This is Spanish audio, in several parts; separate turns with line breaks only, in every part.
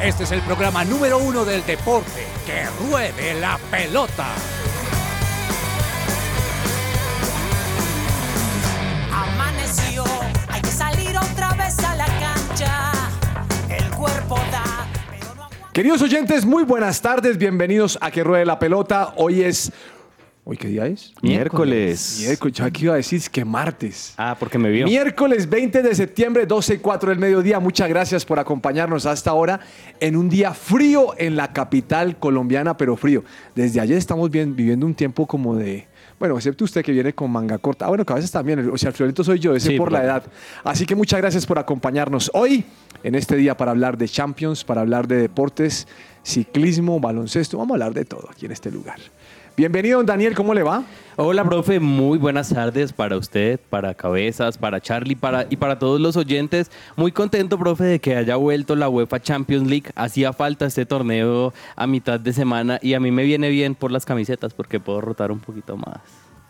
Este es el programa número uno del deporte. ¡Que ruede la pelota!
Amaneció, hay que salir otra vez a la cancha. El cuerpo da, pero no aguanta.
Queridos oyentes, muy buenas tardes, bienvenidos a Que Ruede la Pelota. Hoy es... ¿Hoy qué día es?
Miércoles.
Miércoles, ya que iba a decir es que martes.
Ah, porque me vio.
Miércoles 20 de septiembre, 12 y 4 del mediodía. Muchas gracias por acompañarnos hasta ahora en un día frío en la capital colombiana, pero frío. Desde ayer estamos bien- viviendo un tiempo como de... Bueno, excepto usted que viene con manga corta. Ah, bueno, que a veces también, el- o sea, el friolento soy yo, ese
Sí,
por la
claro.
edad. Así que muchas gracias por acompañarnos hoy, en este día, para hablar de Champions, para hablar de deportes, ciclismo, baloncesto. Vamos a hablar de todo aquí en este lugar. Bienvenido, don Daniel, ¿cómo le va?
Hola, profe. Muy buenas tardes para usted, para Cabezas, para Charlie para, y para todos los oyentes. Muy contento, profe, de que haya vuelto la UEFA Champions League. Hacía falta este torneo a mitad de semana y a mí me viene bien por las camisetas porque puedo rotar un poquito más.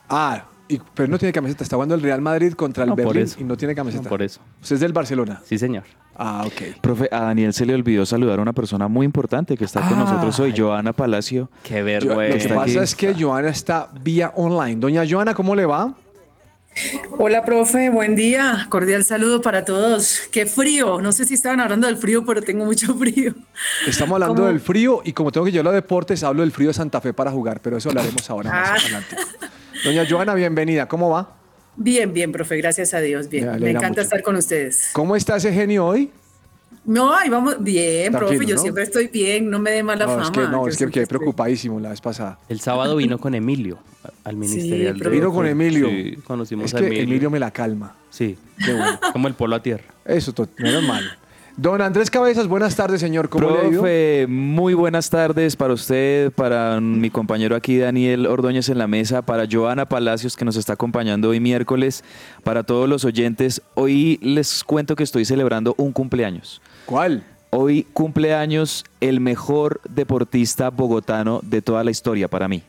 Ah, y- pero no tiene camiseta. Está jugando el Real Madrid contra el
No, por
Berlín
eso.
y no tiene camiseta.
No, por eso.
Usted es del Barcelona.
Sí, señor.
Ah, ok.
Profe, a Daniel se le olvidó saludar a una persona muy importante que está con nosotros hoy, Joana Palacio.
Qué
Yo- lo que
vergüenza.
pasa
aquí.
es que Joana está vía online. Doña Joana, ¿cómo le va?
Hola, profe, buen día. Cordial saludo para todos. Qué frío. No sé si estaban hablando del frío, pero tengo mucho frío.
Estamos hablando
¿Cómo?
del frío y como tengo que yo hablar de deportes, hablo del frío de Santa Fe para jugar, pero eso hablaremos ahora más
Ah.
adelante. Doña Joana, bienvenida. ¿Cómo va?
Bien, bien, profe, gracias a Dios. Bien,
Me
me,
alegra
encanta
mucho.
estar con ustedes.
¿Cómo está ese genio hoy?
No, ahí vamos. Bien, profe,
Tranquilo,
yo
¿no?
siempre estoy bien. No me dé mala
no,
fama.
es que, no,
yo
es que
siempre
quedé
estoy-
preocupadísimo la vez pasada.
El sábado vino con Emilio al ministerial. de-
profe.
Vino con Emilio.
Sí, conocimos
es
a
que
Emilio.
Emilio me la calma.
Sí,
Qué bueno.
como el polo a tierra.
Eso, to- menos mal. Don Andrés Cabezas, buenas tardes, señor. ¿Cómo le ha ido?
Profe, muy buenas tardes para usted, para mi compañero aquí, Daniel Ordóñez en la mesa, para Joana Palacios que nos está acompañando hoy miércoles, para todos los oyentes. Hoy les cuento que estoy celebrando un cumpleaños.
¿Cuál?
Hoy cumpleaños el mejor deportista bogotano de toda la historia para mí.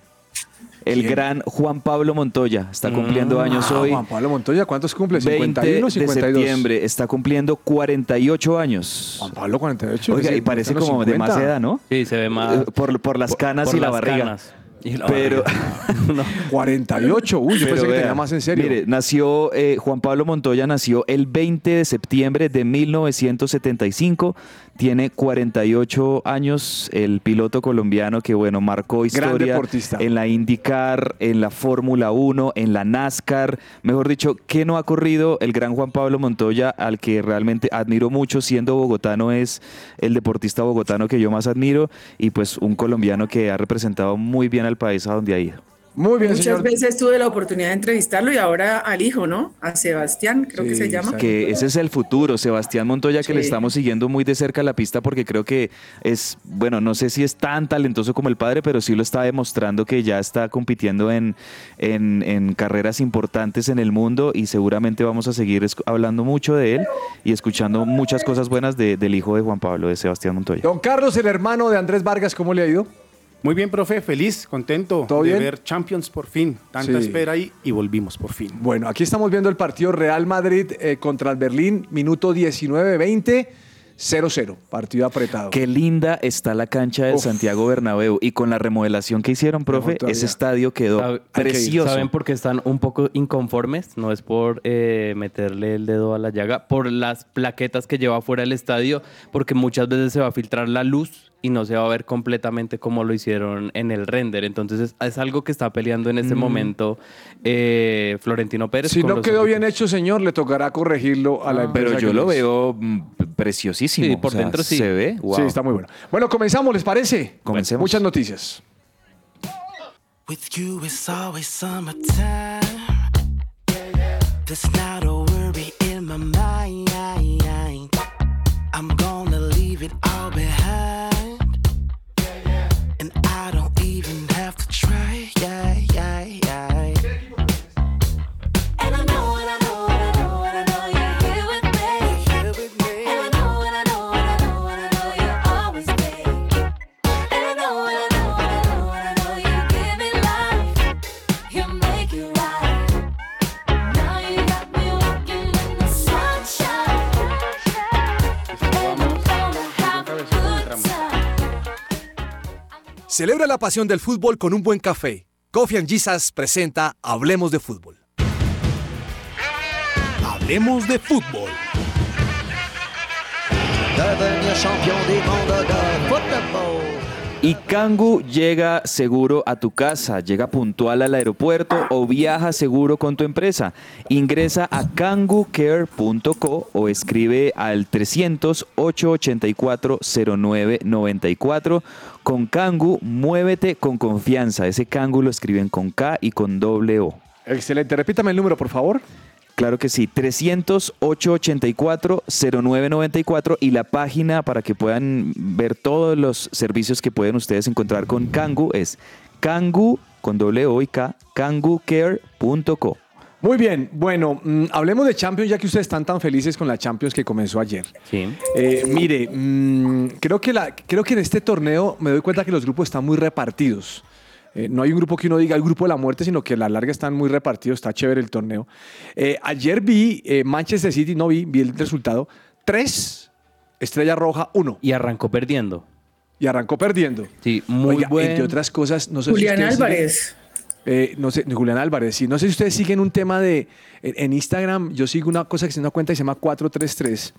El
¿Quién?
gran Juan Pablo Montoya está cumpliendo años
Ah,
hoy.
Juan Pablo Montoya, ¿cuántos cumple? 51 o
20 de
52.
septiembre está cumpliendo 48 años.
Juan Pablo 48.
Oiga,
ese
y parece
está en los
como de más
50.
edad, ¿no?
Sí, se ve más.
Eh, Por, por las canas
por
y la
las
barriga.
canas y la
Pero,
No.
48, uy, yo
pero
pensé que tenía
vea,
más en serio.
Mire, nació eh, Juan Pablo Montoya, nació el 20 de septiembre de 1975. Tiene 48 años, el piloto colombiano que, bueno, marcó historia
deportista.
en la IndyCar, en la Fórmula 1, en la NASCAR. Mejor dicho, ¿qué no ha corrido el gran Juan Pablo Montoya, al que realmente admiro mucho, siendo bogotano, es el deportista bogotano que yo más admiro y pues un colombiano que ha representado muy bien al país a donde ha ido.
Muy bien,
Muchas
señor.
veces tuve la oportunidad de entrevistarlo y ahora al hijo, ¿no? A Sebastián, creo que
Sí,
se llama.
exacto.
que ese es el futuro, Sebastián Montoya, que le
Sí.
estamos siguiendo muy de cerca la pista porque creo que es, bueno, no sé si es tan talentoso como el padre, pero sí lo está demostrando que ya está compitiendo en, en, en carreras importantes en el mundo y seguramente vamos a seguir escu- hablando mucho de él y escuchando muchas cosas buenas de- del hijo de Juan Pablo, de Sebastián Montoya.
Don Carlos, el hermano de Andrés Vargas, ¿cómo le ha ido?
Muy bien, profe, feliz, contento
¿Todo
de
bien?
ver Champions por fin. Tanta
Sí.
espera ahí y volvimos por fin.
Bueno, aquí estamos viendo el partido Real Madrid eh, contra el Berlín, minuto 19-20, 0-0, partido apretado.
Qué linda está la cancha del
Uf.
Santiago Bernabéu y con la remodelación que hicieron, profe,
todavía. Ah,
ese estadio quedó
Sabe-
precioso.
¿Saben por qué están un poco inconformes? No es por eh, meterle el dedo a la llaga, por las plaquetas que lleva fuera del estadio, porque muchas veces se va a filtrar la luz y no se va a ver completamente como lo hicieron en el render. Entonces es, es algo que está peleando en este momento eh, Florentino Pérez.
Mm. si
con
no
los
quedó bien
equipos.
hecho, señor, le tocará corregirlo a
Ah.
la empresa.
Pero yo
que
lo
es.
veo mm, preciosísimo.
Sí, por
o sea,
dentro sí.
Se ve.
Sí,
Wow.
está muy bueno. Bueno, comenzamos, ¿les parece?
Comencemos.
Muchas noticias.
With you, it's always summertime. There's not a worry in my mind. I'm gonna leave it all behind. And I don't even have to try. Yeah, yeah, yeah.
And I know, and I know, and I know, and I know you're here with me.
Here with me.
And I know, and I know, and I know, and I know you're always there. And I know, and I know, and I know, and I know you give it life. You make it right. Now you got me walking in the sunshine, and I'm gonna have a good
Celebra la pasión del fútbol con un buen café. Coffee and Jesus presenta Hablemos de Fútbol. Hablemos de Fútbol.
Y Kangu llega seguro a tu casa, llega puntual al aeropuerto o viaja seguro con tu empresa. Ingresa a kangucare.co o escribe al 300-884-0994. Con Kangu, muévete con confianza. Ese Kangu lo escriben con K y con doble O.
Excelente. Repítame el número, por favor.
Claro que sí, 300-884-0994 y la página para que puedan ver todos los servicios que pueden ustedes encontrar con Kangu es kangu con doble O y K, kangucare.co.
Muy bien. Bueno, mm, hablemos de Champions, ya que ustedes están tan felices con la Champions que comenzó ayer.
Sí.
Eh, mire, mm, creo, que la, creo que en este torneo me doy cuenta que los grupos están muy repartidos. Eh, no hay un grupo que uno diga el grupo de la muerte, sino que a la larga están muy repartidos. Está chévere el torneo. Eh, ayer vi eh, Manchester City, no vi, vi el resultado. Tres, Estrella Roja, uno.
Y arrancó perdiendo.
Y arrancó perdiendo.
Sí, muy
Oiga,
buen-
entre otras cosas, no sé si
Julián
ustedes siguen-
Álvarez.
eh, no sé, Julián Álvarez, sí. No sé si ustedes siguen un tema de. En, en Instagram, yo sigo una cosa que se me da cuenta y se llama 433,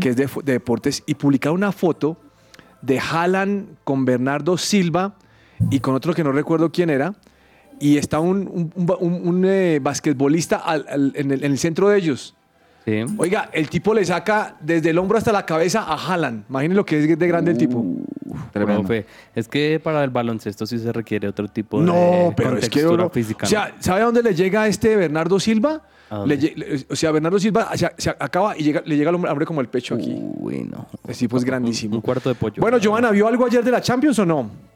que es de, fu- de deportes, y publicaron una foto de Haaland con Bernardo Silva y con otro que no recuerdo quién era. Y está un, un, un ba- un- un, eh, basquetbolista al- al- en, el, en el centro de ellos.
Sí.
Oiga, el tipo le saca desde el hombro hasta la cabeza a Haaland. Imaginen lo que es de grande el tipo.
Tremendo.
Profe, es que para el baloncesto sí se requiere otro tipo
No,
de
pero es que
contextura
bro,
física.
O
¿no?
sea, ¿sabe a dónde le llega este Bernardo Silva?
¿A dónde?
Le lle- le- o sea, Bernardo Silva se, se acaba y llega- le llega al hombre, hombre como el pecho aquí.
Uy, no.
El tipo es grandísimo.
Uh, Un cuarto de pollo.
Bueno, Giovanna, ¿vio algo ayer de la Champions o no?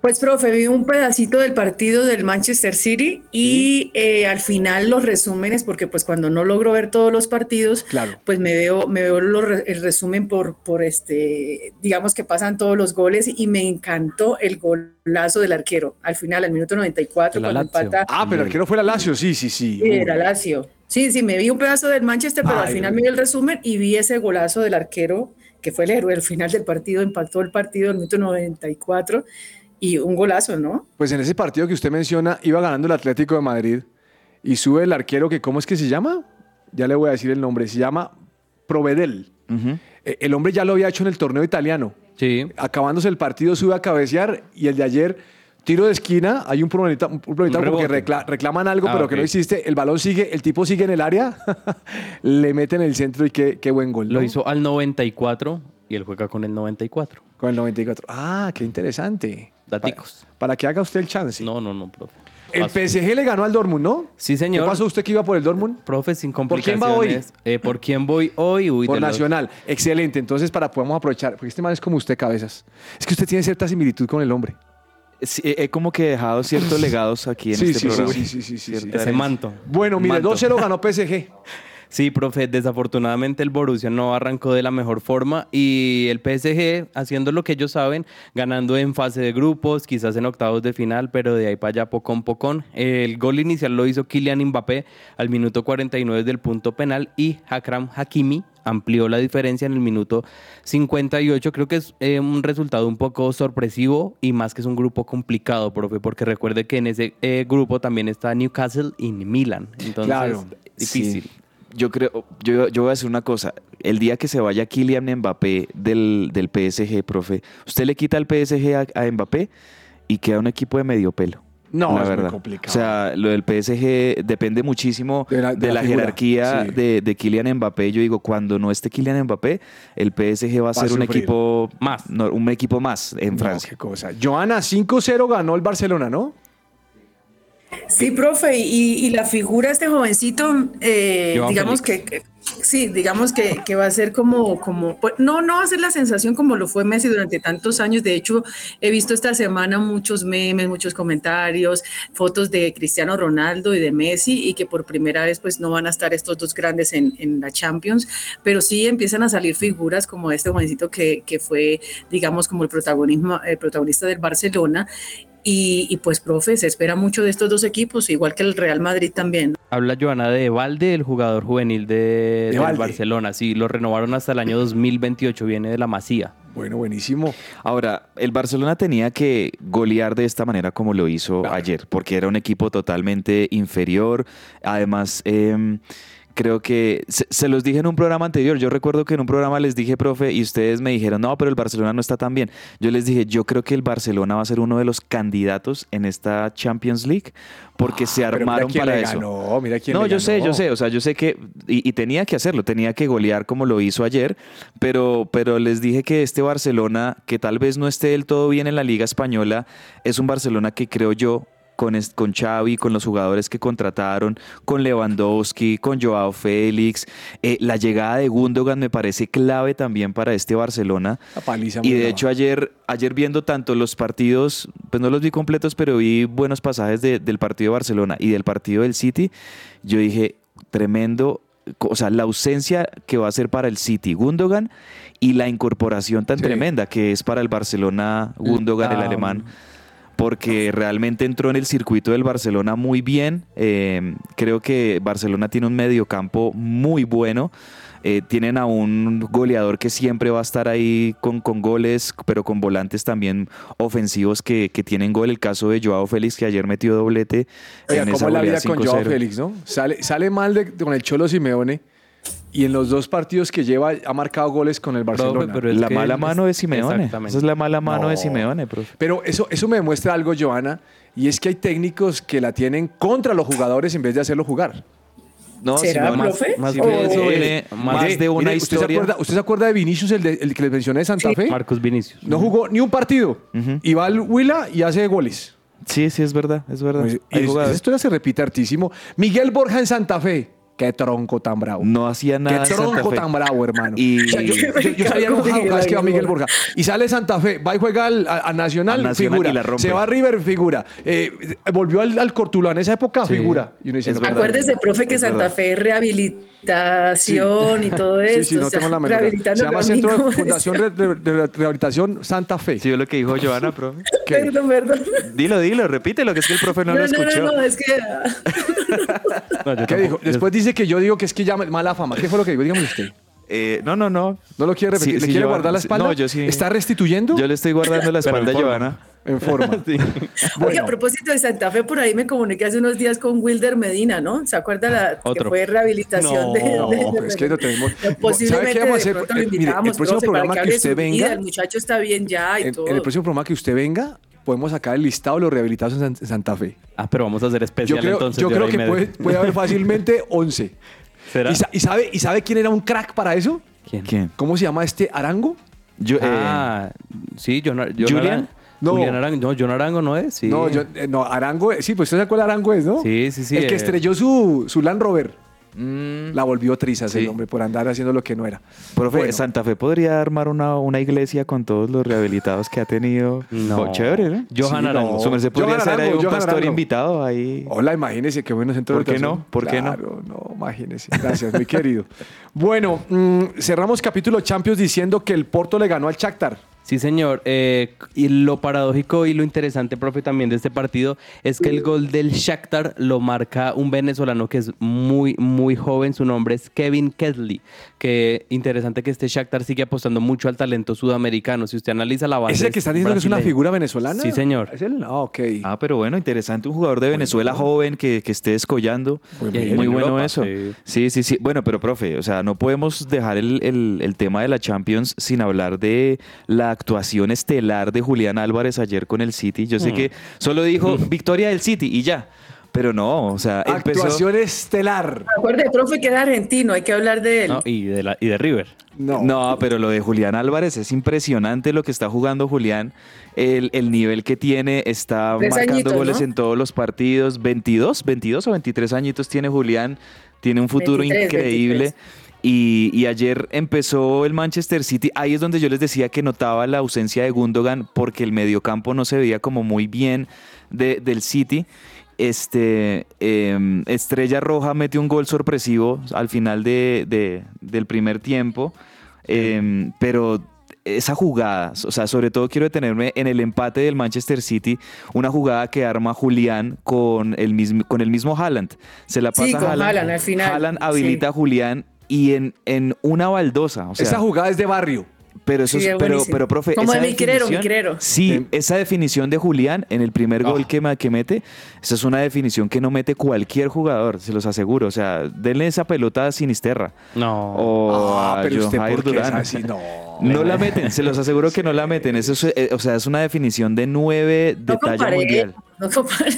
Pues, profe, vi un pedacito del partido del Manchester City y eh, al final los resúmenes, porque pues cuando no logro ver todos los partidos,
Claro.
pues me veo, me veo los re- el resumen por, por este, digamos que pasan todos los goles y me encantó el golazo del arquero. Al final, al minuto 94,
De la
cuando
Lazio.
empata
Ah, pero el arquero fue la Lazio, sí, sí, sí.
Sí, era Lazio. Sí, sí, me vi un pedazo del Manchester, pero
Ay,
al final
Dios.
miré el resumen y vi ese golazo del arquero, que fue el héroe al final del partido, impactó el partido en el minuto 94 y un golazo, ¿no?
Pues en ese partido que usted menciona, iba ganando el Atlético de Madrid y sube el arquero que, ¿cómo es que se llama? Ya le voy a decir el nombre, se llama Provedel.
Ujú.
Eh, El hombre ya lo había hecho en el torneo italiano.
Sí.
acabándose el partido sube a cabecear y el de ayer tiro de esquina, hay un problemita, un problemita
Un
porque
rebote.
recla- reclaman algo
Ah,
pero que
ok.
no hiciste, el balón sigue, el tipo sigue en el área, le meten el centro y qué, qué buen gol.
Lo
¿no?
hizo al 94 y él juega con el 94.
Con el 94. Ah, qué interesante.
Daticos.
Para, para que haga usted el chance.
No, no, no, profe.
El
Paso.
PSG le ganó al Dortmund, ¿no?
Sí, señor.
¿Qué pasó usted que iba por el Dortmund?
Profe, sin
¿Por quién va hoy?
complicaciones. Eh, ¿Por quién voy hoy? Uy,
Por
de los-
Nacional. Excelente. Entonces, para podamos aprovechar, porque este man es como usted, cabezas. Es que usted tiene cierta similitud con el hombre.
Sí, he he como que dejado ciertos legados aquí en
Sí,
este
sí, sí,
programa.
sí, sí, sí, sí,
Cierta
sí.
Ese
herencia.
manto.
Bueno, mire,
Manto.
2-0 ganó PSG.
Sí, profe, desafortunadamente el Borussia no arrancó de la mejor forma y el PSG haciendo lo que ellos saben, ganando en fase de grupos, quizás en octavos de final, pero de ahí para allá pocón pocón. El gol inicial lo hizo Kylian Mbappé al minuto 49 del punto penal y Hakram Hakimi amplió la diferencia en el minuto 58. Creo que es eh, un resultado un poco sorpresivo y más que es un grupo complicado, profe, porque recuerde que en ese eh, grupo también está Newcastle y Milan. Entonces,
Claro,
difícil.
Sí. Yo creo, yo, yo voy a decir una cosa. El día que se vaya Kylian Mbappé del, del PSG, profe, usted le quita el PSG a, a Mbappé y queda un equipo de medio pelo.
No,
la
es muy
verdad.
complicado.
O sea, lo del PSG depende muchísimo
De
de
la-
la,
de la figura,
jerarquía
sí.
de, de Kylian Mbappé. Yo digo, cuando no esté Kylian Mbappé, el PSG va a
a
ser un
sufrir.
equipo
Más.
no, un equipo más en
No,
Francia.
qué cosa. Joana, 5-0 ganó el Barcelona, ¿no?
Sí, profe, y, y la figura de este jovencito, eh,
Joao
digamos que, que- sí, digamos que, que va a ser como, como, pues, no, no va a ser la sensación como lo fue Messi durante tantos años. De hecho, he visto esta semana muchos memes, muchos comentarios, fotos de Cristiano Ronaldo y de Messi, y que por primera vez pues no van a estar estos dos grandes en, en la Champions, pero sí empiezan a salir figuras como este jovencito que, que fue, digamos, como el protagonismo, el protagonista del Barcelona. Y, y, pues, profe, se espera mucho de estos dos equipos, igual que el Real Madrid también.
Habla Joana de Valde, el jugador juvenil de, del
Valde.
Barcelona. Sí, lo renovaron hasta el año 2028, viene de la Masía.
Bueno, buenísimo.
Ahora, el Barcelona tenía que golear de esta manera como lo hizo
Claro.
ayer, porque era un equipo totalmente inferior. Además, em, creo que se, se los dije en un programa anterior. Yo recuerdo que en un programa les dije, profe, y ustedes me dijeron, no, pero el Barcelona no está tan bien. Yo les dije, yo creo que el Barcelona va a ser uno de los candidatos en esta Champions League, porque se
Ah, Pero mira
armaron
quién
para
le
eso.
ganó, mira quién
No,
le
yo sé,
ganó.
yo sé. O sea, yo sé que. Y, y tenía que hacerlo, tenía que golear como lo hizo ayer. Pero, pero les dije que este Barcelona, que tal vez no esté del todo bien en la Liga Española, es un Barcelona que creo yo. Con, es- con Xavi, con los jugadores que contrataron, con Lewandowski, con Joao Félix. eh, la llegada de Gundogan me parece clave también para este Barcelona.
La paliza
Y
muy
de
brava.
hecho ayer, ayer viendo tanto los partidos, pues no los vi completos, pero vi buenos pasajes de- del partido de Barcelona y del partido del City, yo dije, tremendo, co- o sea, la ausencia que va a ser para el City Gundogan y la incorporación tan
Sí.
tremenda que es para el Barcelona Gundogan, el
Ah,
alemán. Porque realmente entró en el circuito del Barcelona muy bien. Eh, creo que Barcelona tiene un mediocampo muy bueno. Eh, tienen a un goleador que siempre va a estar ahí con, con goles, pero con volantes también ofensivos que, que tienen gol. El caso de Joao Félix, que ayer metió doblete.
Oiga,
en
¿cómo
esa
es la vida
goleada
con Joao
5-0.
Félix, no? Sale, sale mal de- con el Cholo Simeone y en los dos partidos que lleva ha marcado goles con el
Profe,
Barcelona.
pero es
La
que
mala
él-
mano de Simeone. Esa
Exactamente.
es la mala mano de
No.
Simeone, profe.
Pero eso, eso me demuestra algo, Joana, y es que hay técnicos que la tienen contra los jugadores en vez de hacerlo jugar.
No,
¿Será,
Simeone-
profe?
Más,
Sí,
que
o-
eso, viene más
eh, Mire,
de una
mire, ¿usted se
historia.
acuerda- ¿Usted se acuerda de Vinicius, el, de- el que les mencioné de Santa Fe?
Marcos Vinicius.
No jugó ni un partido. Y va al Huila y hace goles.
Sí, sí, es verdad, es verdad.
Y
Hay
es- esa
jugadores.
historia se repite hartísimo. Miguel Borja en Santa Fe. Qué tronco tan bravo.
No hacía
Qué
nada en Santa
tronco
Fe.
tan bravo, hermano.
Y-
O sea, yo, yo- yo sabía
Con
nunca
Miguel
jugadas que iba
Ángel
Miguel
Borja.
Borja. Y sale Santa Fe, va y juega al- a, a Nacional,
A Nacional
figura.
y la rompe.
Se va a River, figura. Eh, volvió al, al Cortuluá en esa época, figura. Y uno dice,
Es
no,
verdad.
Acuérdese, profe, que
Es
Santa
verdad.
Fe rehabilitación y todo eso.
Sí, sí, no
o sea,
tengo la menor. idea. Se
rehabilitando
llama Centro de
caminos.
Fundación Re- de, de Rehabilitación Santa Fe.
Sí, vio lo que dijo Joana, profe.
Perdón, perdón.
Dilo, dilo, repítelo, que es que el profe no,
No,
lo
no, no,
escuchó.
no, es que
No,
¿Qué
yo tampoco.
dijo? Después dice que yo digo que es que ya mala fama. ¿Qué fue lo que dijo? Dígame usted.
Eh, no, no, no.
¿No lo quiere repetir? ¿Le
Sí, sí,
quiere
Joana,
guardar la
sí.
espalda?
No, yo sí.
¿Está restituyendo?
Yo le estoy guardando la espalda a Joana.
En forma.
Oye, a propósito de Santa Fe, por ahí me comuniqué hace unos días con Wilder Medina, ¿no? ¿Se acuerda la que
Otro.
fue rehabilitación
No,
de, de-
No,
de-
pero es que no tenemos. ¿Sabe
Posiblemente
qué vamos a hacer?
de
Eh,
pronto lo
mire,
invitábamos,
el próximo
profe, para
programa que,
hable de
usted
su vida,
venga,
el muchacho está bien ya y
en, en
todo.
el próximo programa que usted venga, podemos sacar el listado de los rehabilitados en San- en Santa Fe.
Ah, pero vamos a hacer
Yo
especial
creo,
entonces.
yo
de
creo
hora y
que
media.
puede, puede haber fácilmente 11.
¿Será?
¿Y, sa- y sabe, ¿Y sabe quién era un crack para eso?
¿Quién?
¿Quién?
¿Cómo se llama este Arango?
Yo, eh,
Ah, sí, John, Ar- John
¿Julian?
Arango.
No.
Julian Arango. No, John Arango no es. Sí.
No, yo- eh, no, Arango, eh, sí, pues usted sabe cuál Arango es, ¿no?
Sí, sí, sí,
El que
eh.
estrelló su, su Land Rover. La volvió trizas
Mm. Sí.
el hombre por andar haciendo lo que no era.
profe,
Bueno.
Santa Fe podría armar una, una iglesia con todos los rehabilitados que ha tenido.
No.
Oh, chévere, ¿no?
Johan
Sí,
Arango.
Su merced
Johan
podría ser ahí
Arango,
un
Johan
pastor
Arango.
invitado ahí.
Hola, imagínese qué bueno centro de
¿Por qué
votación.
no? ¿Por qué no?
Claro, no, imagínese. Gracias, muy querido. Bueno, mm, cerramos capítulo Champions diciendo que el Porto le ganó al Shakhtar.
Sí, señor. Eh, y lo paradójico y lo interesante, profe, también de este partido es que el gol del Shakhtar lo marca un venezolano que es muy, muy joven. Su nombre es Kevin Kesley. Que interesante que este Shakhtar sigue apostando mucho al talento sudamericano. Si usted analiza la base...
¿Es el que está diciendo que es una
brasileña.
figura venezolana?
Sí, señor.
¿Es él? Ah, ok.
Ah, pero bueno, interesante. Un jugador de Venezuela joven que, que esté descollando.
Muy
Muy,
bien.
En
bueno
Europa,
eso.
sí.
Sí. sí, sí, Bueno, pero profe, o sea, no podemos dejar el, el- el tema de la Champions sin hablar de la actuación estelar de Julián Álvarez ayer con el City. Yo sé que solo dijo victoria del City y ya. Pero no, o sea, empezó.
Actuación estelar.
Acuérdate, profe, que era argentino, hay que hablar de él.
No, y, de la- y de River.
No.
No, pero lo de Julián Álvarez es impresionante lo que está jugando Julián. El, el nivel que tiene, está
Tres
marcando
añitos,
goles
¿no?
en todos los partidos. 22, 22 o 23 añitos tiene Julián. Tiene un futuro
23,
increíble.
23.
Y, y ayer empezó el Manchester City. Ahí es donde yo les decía que notaba la ausencia de Gundogan porque el mediocampo no se veía como muy bien de- del City. Este, em, Estrella Roja mete un gol sorpresivo al final de- de- del primer tiempo. Em, pero esa jugada, o sea, sobre todo quiero detenerme en el empate del Manchester City, una jugada que arma Julián con el mismo, con el mismo Haaland. Se la pasa
Sí, con
Haaland.
Haaland al final,
Haaland habilita a Julián y en, en una baldosa. O sea,
Esa jugada es de barrio.
Pero eso
Sí,
es-
es
pero,
buenísimo.
pero, profe,
Como
esa
el miquirero,
definición-
miquirero.
Sí, esa definición de Julián en el primer
Ah.
gol que, ma- que mete, esa es una definición que no mete cualquier jugador, se los aseguro. O sea, denle esa pelota a Sinisterra.
No.
O
Ah,
a
pero usted
Johair
por qué es
Durán.
así, no.
No la meten, se los aseguro que no la meten. Eso es, eh, o sea, es una definición de nueve de
No
talla
comparé,
mundial.
no comparé.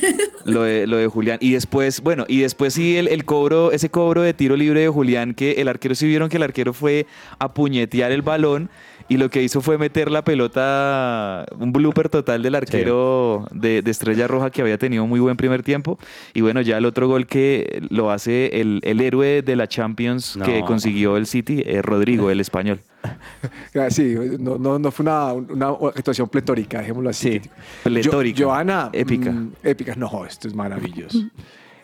Lo de, lo de Julián. Y después, bueno, y después sí el, el cobro, ese cobro de tiro libre de Julián, que el arquero sí vieron que el arquero fue a puñetear el balón y lo que hizo fue meter la pelota, un blooper total del arquero de, de Estrella Roja que había tenido un muy buen primer tiempo. Y bueno, ya el otro gol que lo hace el, el héroe de la Champions que
No.
consiguió el City, eh, Rodrigo, el español.
Ah, Sí, no, no, no fue una, una actuación pletórica, dejémoslo así.
Sí, pletórica,
Jo- Johanna,
épica.
mm, épica, no, esto es maravilloso.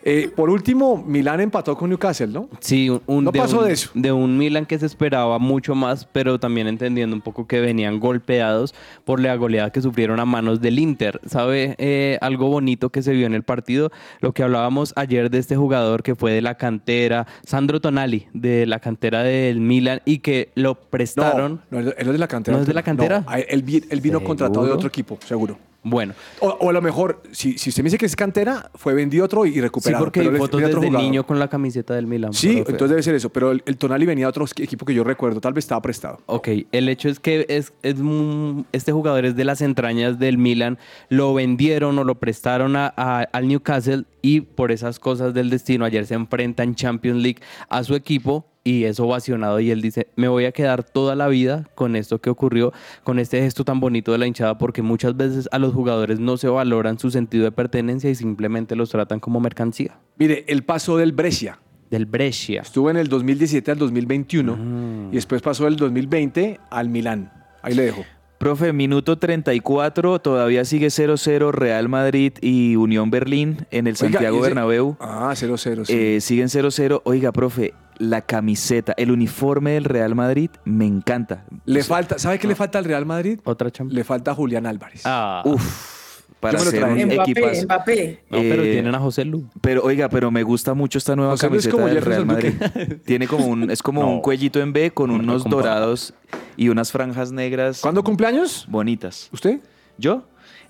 Eh, por último, Milán empató con Newcastle, ¿no?
Sí, un, un-
No pasó
un,
de eso.
de un Milan que se esperaba mucho más, pero también entendiendo un poco que venían golpeados por la goleada que sufrieron a manos del Inter. ¿Sabe eh, algo bonito que se vio en el partido? Lo que hablábamos ayer de este jugador que fue de la cantera, Sandro Tonali, de la cantera del Milan, y que lo prestaron.
No, no, él es de la cantera.
¿No es de la cantera?
No, él, vi- él vino contratado de
¿Seguro?
otro equipo, seguro.
Bueno,
O, o a lo mejor, si, si usted me dice que es cantera, fue vendido otro y
sí,
recuperado.
porque
pero él
hay
es-
fotos
viene otro
desde
jugador.
niño con la camiseta del Milan.
Sí,
profe.
entonces debe ser eso. Pero el, el Tonali venía a otro equipo que yo recuerdo, tal vez estaba prestado.
Ok, el hecho es que es, es un- este jugador es de las entrañas del Milan, lo vendieron o lo prestaron a- a- al Newcastle y por esas cosas del destino ayer se enfrenta en Champions League a su equipo y es ovacionado y él dice, me voy a quedar toda la vida con esto que ocurrió, con este gesto tan bonito de la hinchada porque muchas veces a los jugadores no se valoran su sentido de pertenencia y simplemente los tratan como mercancía.
Mire, el paso del Brescia.
Del Brescia.
Estuvo en el 2017 al 2021
Ah.
y después pasó del 2020 al Milán. Ahí le dejo.
Profe, minuto 34, todavía sigue 0-0 Real Madrid y Unión Berlín en el
Oiga,
Santiago
y ese-
Bernabéu.
Ah, 0-0. sí.
Eh, siguen 0-0. Oiga, profe, la camiseta, el uniforme del Real Madrid me encanta.
le falta, ¿Sabe
ah.
qué le falta al Real Madrid?
Otra Champions.
Le falta Julián Álvarez.
Ah,
Uf, para
Yo me lo
ser un
traería.
Mbappé,
equipazo.
Mbappé.
no, pero
eh,
tienen a José Lu.
Pero oiga, pero me gusta mucho esta nueva
O sea, no es
camiseta
como
del Real
Jefferson
Madrid. Tiene como un es como un cuellito en B con unos
compa.
dorados y unas franjas negras
¿Cuándo cumpleaños?
bonitas.
¿Usted?
¿Yo?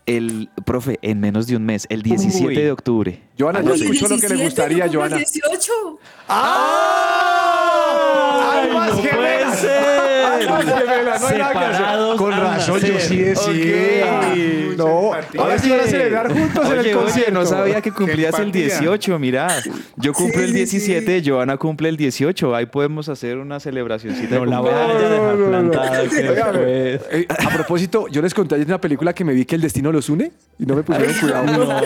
El profe, en menos de un mes, el 17
Uy.
de octubre.
Joana, Ah, yo
Oye,
escucho lo que
17,
le gustaría,
¿no
Joana.
compras 18.
¡Ah! ¡Almas
no puede
gemelas!
ser!
¡Almas gemelas! No hay nada que hacer.
Separados
Con
al
razón, yo
nacer.
sí decía.
Ok.
No, ahora sí van a celebrar juntos en
Oye,
el
oye,
concierto.
no sabía que cumplías
Qué
el
empatía.
18, mira. Yo cumplo
Sí,
el
sí,
17, Joana cumple el 18. Ahí podemos hacer una celebracioncita.
No
de
la voy a
cumpleaños.
dejar
no, no, no.
plantada. que
Oigan,
después-
eh, a propósito, yo les conté ayer una película que me vi que el destino los une y no me pusieron cuidado.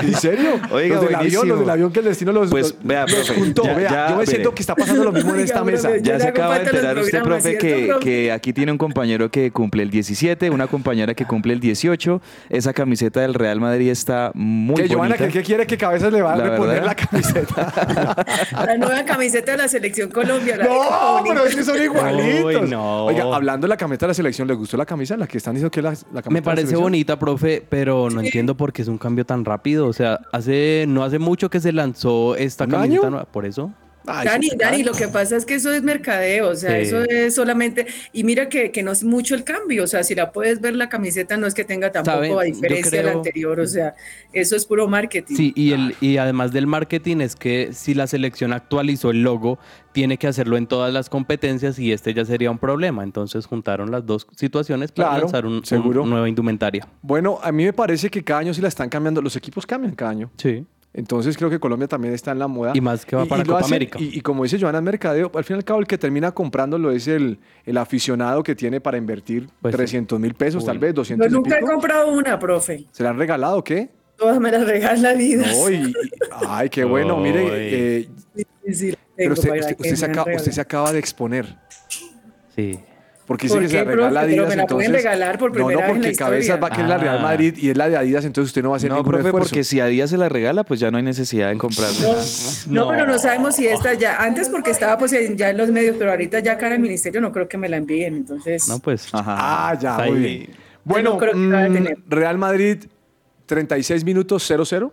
¿En serio?
Oiga,
los del
buenísimo.
avión, los del avión que el destino los,
Pues,
los-
vea,
los
profe,
juntó.
ya-
vea,
ya,
yo me
mire.
siento que está pasando lo mismo en esta
Oiga,
mesa.
profe,
Ya
Yo
se
le hago
acaba de
falta los
enterar usted,
programas,
profe,
¿cierto,
que,
profe?
que aquí tiene un compañero que cumple el 17, una compañera que cumple el 18. Esa camiseta del Real Madrid está muy
que Joana,
bonita.
que, que quiere que Cabezas le va a
La
reponer
verdad.
la camiseta.
La nueva camiseta de la selección Colombia. la de
no,
Cavani.
pero es que son igualitos.
Uy, no.
Oiga, hablando de la camiseta de la selección, ¿les gustó la camisa? La que están diciendo que es la, la camiseta
Me
de la
parece
selección?
bonita, profe, pero no entiendo por qué es un cambio tan rápido. O sea, hace no hace mucho que se lanzó esta
¿Un
camiseta
año?
nueva. Por eso.
Ay,
Dani,
sí,
Dani,
claro.
lo que pasa es que eso es mercadeo, o sea,
Sí.
eso es solamente, y mira que, que no es mucho el cambio, o sea, si la puedes ver la camiseta no es que tenga
¿Saben?
tampoco a
Yo
diferencia de la
creo-
anterior, o sea, eso es puro marketing.
Sí,
Ah.
y, el, y además del marketing es que si la selección actualizó el logo, tiene que hacerlo en todas las competencias y este ya sería un problema. Entonces juntaron las dos situaciones para
Claro,
lanzar un, un-
seguro.
nueva indumentaria.
Bueno, a mí me parece que cada año sí la están cambiando. Los equipos cambian cada año.
Sí.
Entonces creo que Colombia también está en la moda.
Y más que va para
lo
Copa
hacen-
América.
Y, y como dice Joana Mercadeo, al fin y al cabo el que termina comprándolo es el, el aficionado que tiene para invertir
Pues sí.
300 mil pesos, tal
Uy.
vez
Yo
200 y
nunca he
pico.
comprado una, profe,
¿Se la han regalado o qué?
todas me las regala la vida.
No, y- y- ay, qué bueno. Mire, eh,
Sí, sí, la
pero
tengo
usted,
para
usted-
que
usted se
me
acaba,
regalen.
usted se acaba de exponer.
Sí.
Porque dice
¿Por
que se la
qué,
regala
profe?
Adidas.
Pero me la pueden
entonces-
regalar por
No,
primera
no,
vez en la
porque Cabezas
historia.
va a querer la Real
Ah.
Madrid y es la de Adidas, entonces usted no va a hacer
No,
ningún
profe,
esfuerzo.
porque si a día se la regala, pues ya no hay necesidad de comprarla.
No,
No.
pero no sabemos si esta ya, antes porque estaba pues en- ya en los medios, pero ahorita ya cara al ministerio no creo que me la envíen, entonces...
No, pues.
Ajá.
Ah, ya,
Está
muy
ahí.
bien. Bueno,
no creo que la vaya a
mm,
tener.
Real Madrid, 36 minutos 0-0.